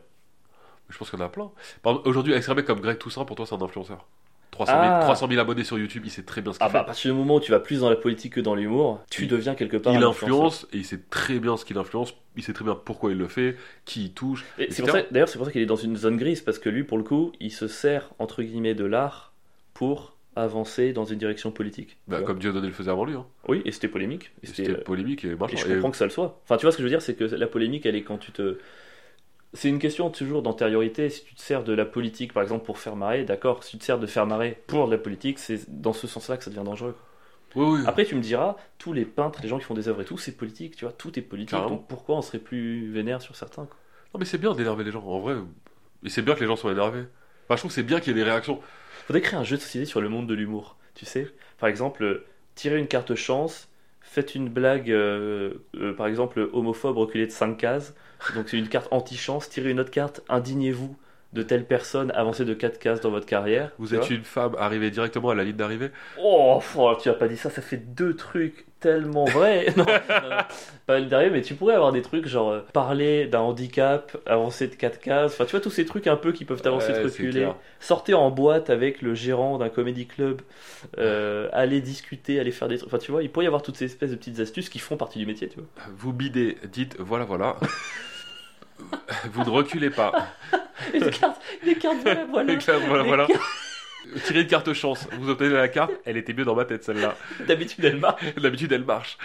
S2: Je pense qu'il y en a plein. Par exemple, aujourd'hui, avec un mec comme Greg Toussaint, pour toi, c'est un influenceur. 300 000,
S1: Ah.
S2: 300 000 abonnés sur YouTube, il sait très bien ce qu'il
S1: Ah bah à partir du moment où tu vas plus dans la politique que dans l'humour, tu
S2: Il-
S1: deviens quelque
S2: fait.
S1: part.
S2: Il
S1: un influenceur.
S2: influence et il sait très bien ce qu'il influence, il sait très bien pourquoi il le fait, qui il touche.
S1: Et c'est pour ça- D'ailleurs, c'est pour ça qu'il est dans une zone grise, parce que lui, pour le coup, il se sert entre guillemets de l'art pour avancer dans une direction politique.
S2: Bah,
S1: Tu vois
S2: comme Dieudonné le faisait avant lui. Hein.
S1: Oui, et c'était polémique. et
S2: C'était
S1: euh,
S2: polémique et machin.
S1: Et je
S2: Et-
S1: comprends que ça le soit. Enfin, tu vois ce que je veux dire, c'est que la polémique, elle est quand tu te. C'est une question toujours d'antériorité. Si tu te sers de la politique, par exemple, pour faire marrer, d'accord. Si tu te sers de faire marrer pour de la politique, c'est dans ce sens-là que ça devient dangereux.
S2: Oui, oui.
S1: Après, tu me diras, tous les peintres, les gens qui font des œuvres et tout, c'est politique, tu vois, tout est politique.
S2: Carrément.
S1: Donc pourquoi on serait plus vénère sur certains quoi
S2: Non mais c'est bien d'énerver les gens, en vrai. Et c'est bien que les gens soient énervés. Enfin, je trouve que c'est bien qu'il y ait des réactions.
S1: Faudrait créer un jeu de société sur le monde de l'humour. Tu sais, par exemple, euh, tirez une carte chance, faites une blague, euh, euh, par exemple, homophobe reculé de 5 cases. Donc c'est une carte anti-chance, tirez une autre carte, indignez-vous de telle personne, avancez de 4 cases dans votre carrière.
S2: Vous
S1: tu
S2: êtes
S1: vois.
S2: une femme arrivée directement à la ligne d'arrivée.
S1: Oh, faut- tu as pas dit ça, ça fait deux trucs tellement vrais. non, non, non, pas le dernier, mais tu pourrais avoir des trucs genre euh, parler d'un handicap, avancer de 4 cases. Enfin, tu vois, tous ces trucs un peu qui peuvent t'avancer
S2: Ouais,
S1: de
S2: c'est
S1: reculer.
S2: clair.
S1: Sortez en boîte avec le gérant d'un comédie club, euh, aller discuter, aller faire des trucs. Enfin, tu vois, il pourrait y avoir toutes ces espèces de petites astuces qui font partie du métier, tu vois.
S2: Vous bidez, dites voilà voilà. Vous ne reculez pas.
S1: Et des cartes, des cartes, voilà, Ah, voilà.
S2: Claire, voilà
S1: Les
S2: voilà. Tirez une carte chance, vous obtenez la carte, elle était mieux dans ma tête celle-là.
S1: D'habitude, elle marche.
S2: D'habitude elle marche.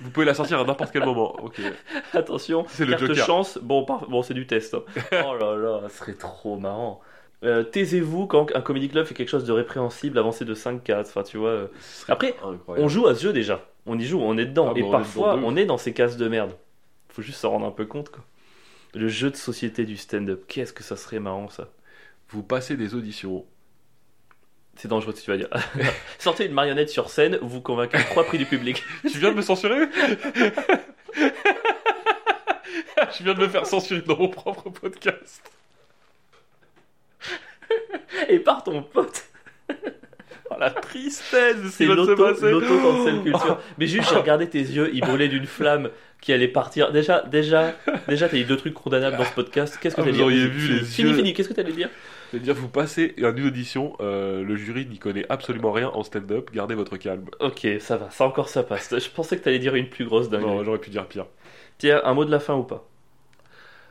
S2: Vous pouvez la sortir à n'importe quel moment. Ok.
S1: Attention,
S2: C'est le
S1: carte
S2: Joker.
S1: chance. Bon, par- bon c'est du test. hein. Oh là là, ce serait trop marrant. euh, taisez-vous quand un comedy club fait quelque chose de répréhensible, avancez de 5-4. Enfin, tu vois. euh,
S2: Ce serait
S1: Après, on
S2: incroyable.
S1: joue à ce jeu déjà. On y joue, on est dedans.
S2: Ah bah,
S1: Et
S2: on est
S1: parfois,
S2: dedans de
S1: on est dans ces cases de merde. Faut juste s'en rendre un peu compte, quoi. Le jeu de société du stand-up, qu'est-ce que ça serait marrant, ça
S2: Vous passez des auditions.
S1: C'est dangereux ce que tu vas dire. Sortez une marionnette sur scène, vous convainquez trois prix du public.
S2: Tu viens de me censurer Je viens de me faire censurer dans mon propre podcast.
S1: Et par ton pote
S2: Oh la tristesse de ce
S1: C'est
S2: qui vient de se
S1: l'auto-
S2: passer.
S1: l'auto-cancel culture. Mais juste, j'ai regardé tes yeux, ils brûlaient d'une flamme qui allait partir. Déjà, déjà, déjà, t'as dit deux trucs condamnables dans ce podcast. Qu'est-ce que
S2: Ah,
S1: t'allais
S2: vous
S1: dire
S2: auriez vu
S1: Fini,
S2: les
S1: Fini,
S2: yeux.
S1: fini, qu'est-ce que t'allais dire
S2: C'est-à-dire, vous passez à une audition, euh, le jury n'y connaît absolument rien en stand-up, gardez votre calme.
S1: Ok, ça va, ça encore ça passe. Je pensais que t'allais dire une plus grosse dinguerie.
S2: Non, j'aurais pu dire pire.
S1: Pierre, un mot de la fin ou pas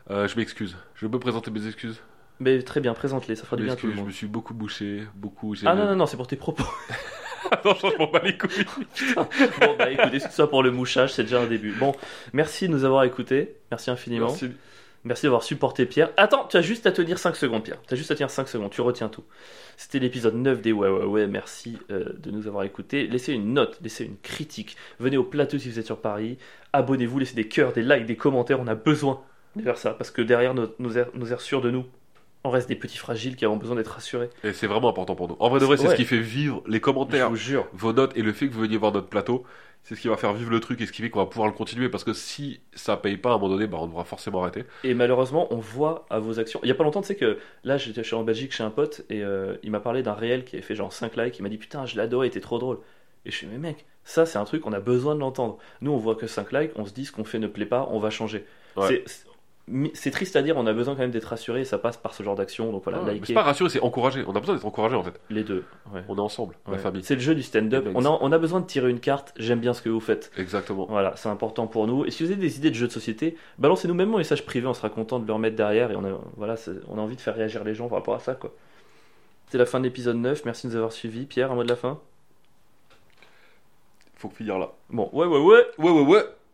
S2: Euh, je m'excuse, je peux présenter mes excuses.
S1: Mais très bien, présente-les, ça fera du bien à tout
S2: M'excuse,
S1: le
S2: je
S1: monde.
S2: me suis beaucoup bouché, beaucoup. j'ai-
S1: Ah non, non, non, c'est pour tes propos.
S2: non, je m'en bats les couilles.
S1: bon, bah écoutez, tout ça pour le mouchage, c'est déjà un début. Bon, merci de nous avoir écoutés, merci infiniment. Merci,
S2: Merci.
S1: d'avoir supporté Pierre. Attends, tu as juste à tenir 5 secondes, Pierre. Tu as juste à tenir 5 secondes, tu retiens tout. C'était l'épisode 9 des Ouais Ouais Ouais, merci euh, de nous avoir écoutés. Laissez une note, laissez une critique. Venez au plateau si vous êtes sur Paris. Abonnez-vous, laissez des cœurs, des likes, des commentaires, on a besoin de faire ça, parce que derrière nos, nos airs, nos airs sûrs de nous, on reste des petits fragiles qui avons besoin d'être rassurés.
S2: Et c'est vraiment important pour nous. En vrai de vrai, c'est
S1: Ouais.
S2: ce qui fait vivre les
S1: Je
S2: commentaires,
S1: vous jure.
S2: vos notes et le fait que vous veniez voir notre plateau. C'est ce qui va faire vivre le truc et ce qui fait qu'on va pouvoir le continuer parce que si ça paye pas à un moment donné, bah, on devra forcément arrêter.
S1: Et malheureusement, on voit à vos actions. Il y a pas longtemps, tu sais que là, j'étais je suis en Belgique chez un pote et euh, il m'a parlé d'un réel qui avait fait genre 5 likes. Il m'a dit putain, je l'adorais, il était trop drôle. Et je suis mais mec, ça c'est un truc, on a besoin de l'entendre. Nous, on voit que 5 likes, on se dit ce qu'on fait ne plaît pas, on va changer.
S2: Ouais.
S1: C'est- c'est- mais C'est triste à dire, on a besoin quand même d'être rassuré et ça passe par ce genre d'action. Donc voilà,
S2: Ouais, mais c'est
S1: liker
S2: pas rassurer, c'est encourager. On a besoin d'être encouragé en fait.
S1: les deux. Ouais.
S2: On est ensemble,
S1: Ouais.
S2: la famille.
S1: C'est le jeu du stand-up.
S2: Les mecs.
S1: On a, on a besoin de tirer une carte, j'aime bien ce que vous faites.
S2: Exactement.
S1: Voilà, c'est important pour nous. Et si vous avez des idées de jeux de société, balancez-nous même en message privé, on sera content de le remettre derrière et on a, voilà, c'est- on a envie de faire réagir les gens par rapport à ça. quoi. C'est la fin de l'épisode 9, merci de nous avoir suivis. Pierre, un mot de la fin
S2: Faut finir là.
S1: Bon, ouais, ouais, ouais
S2: Ouais, ouais, ouais.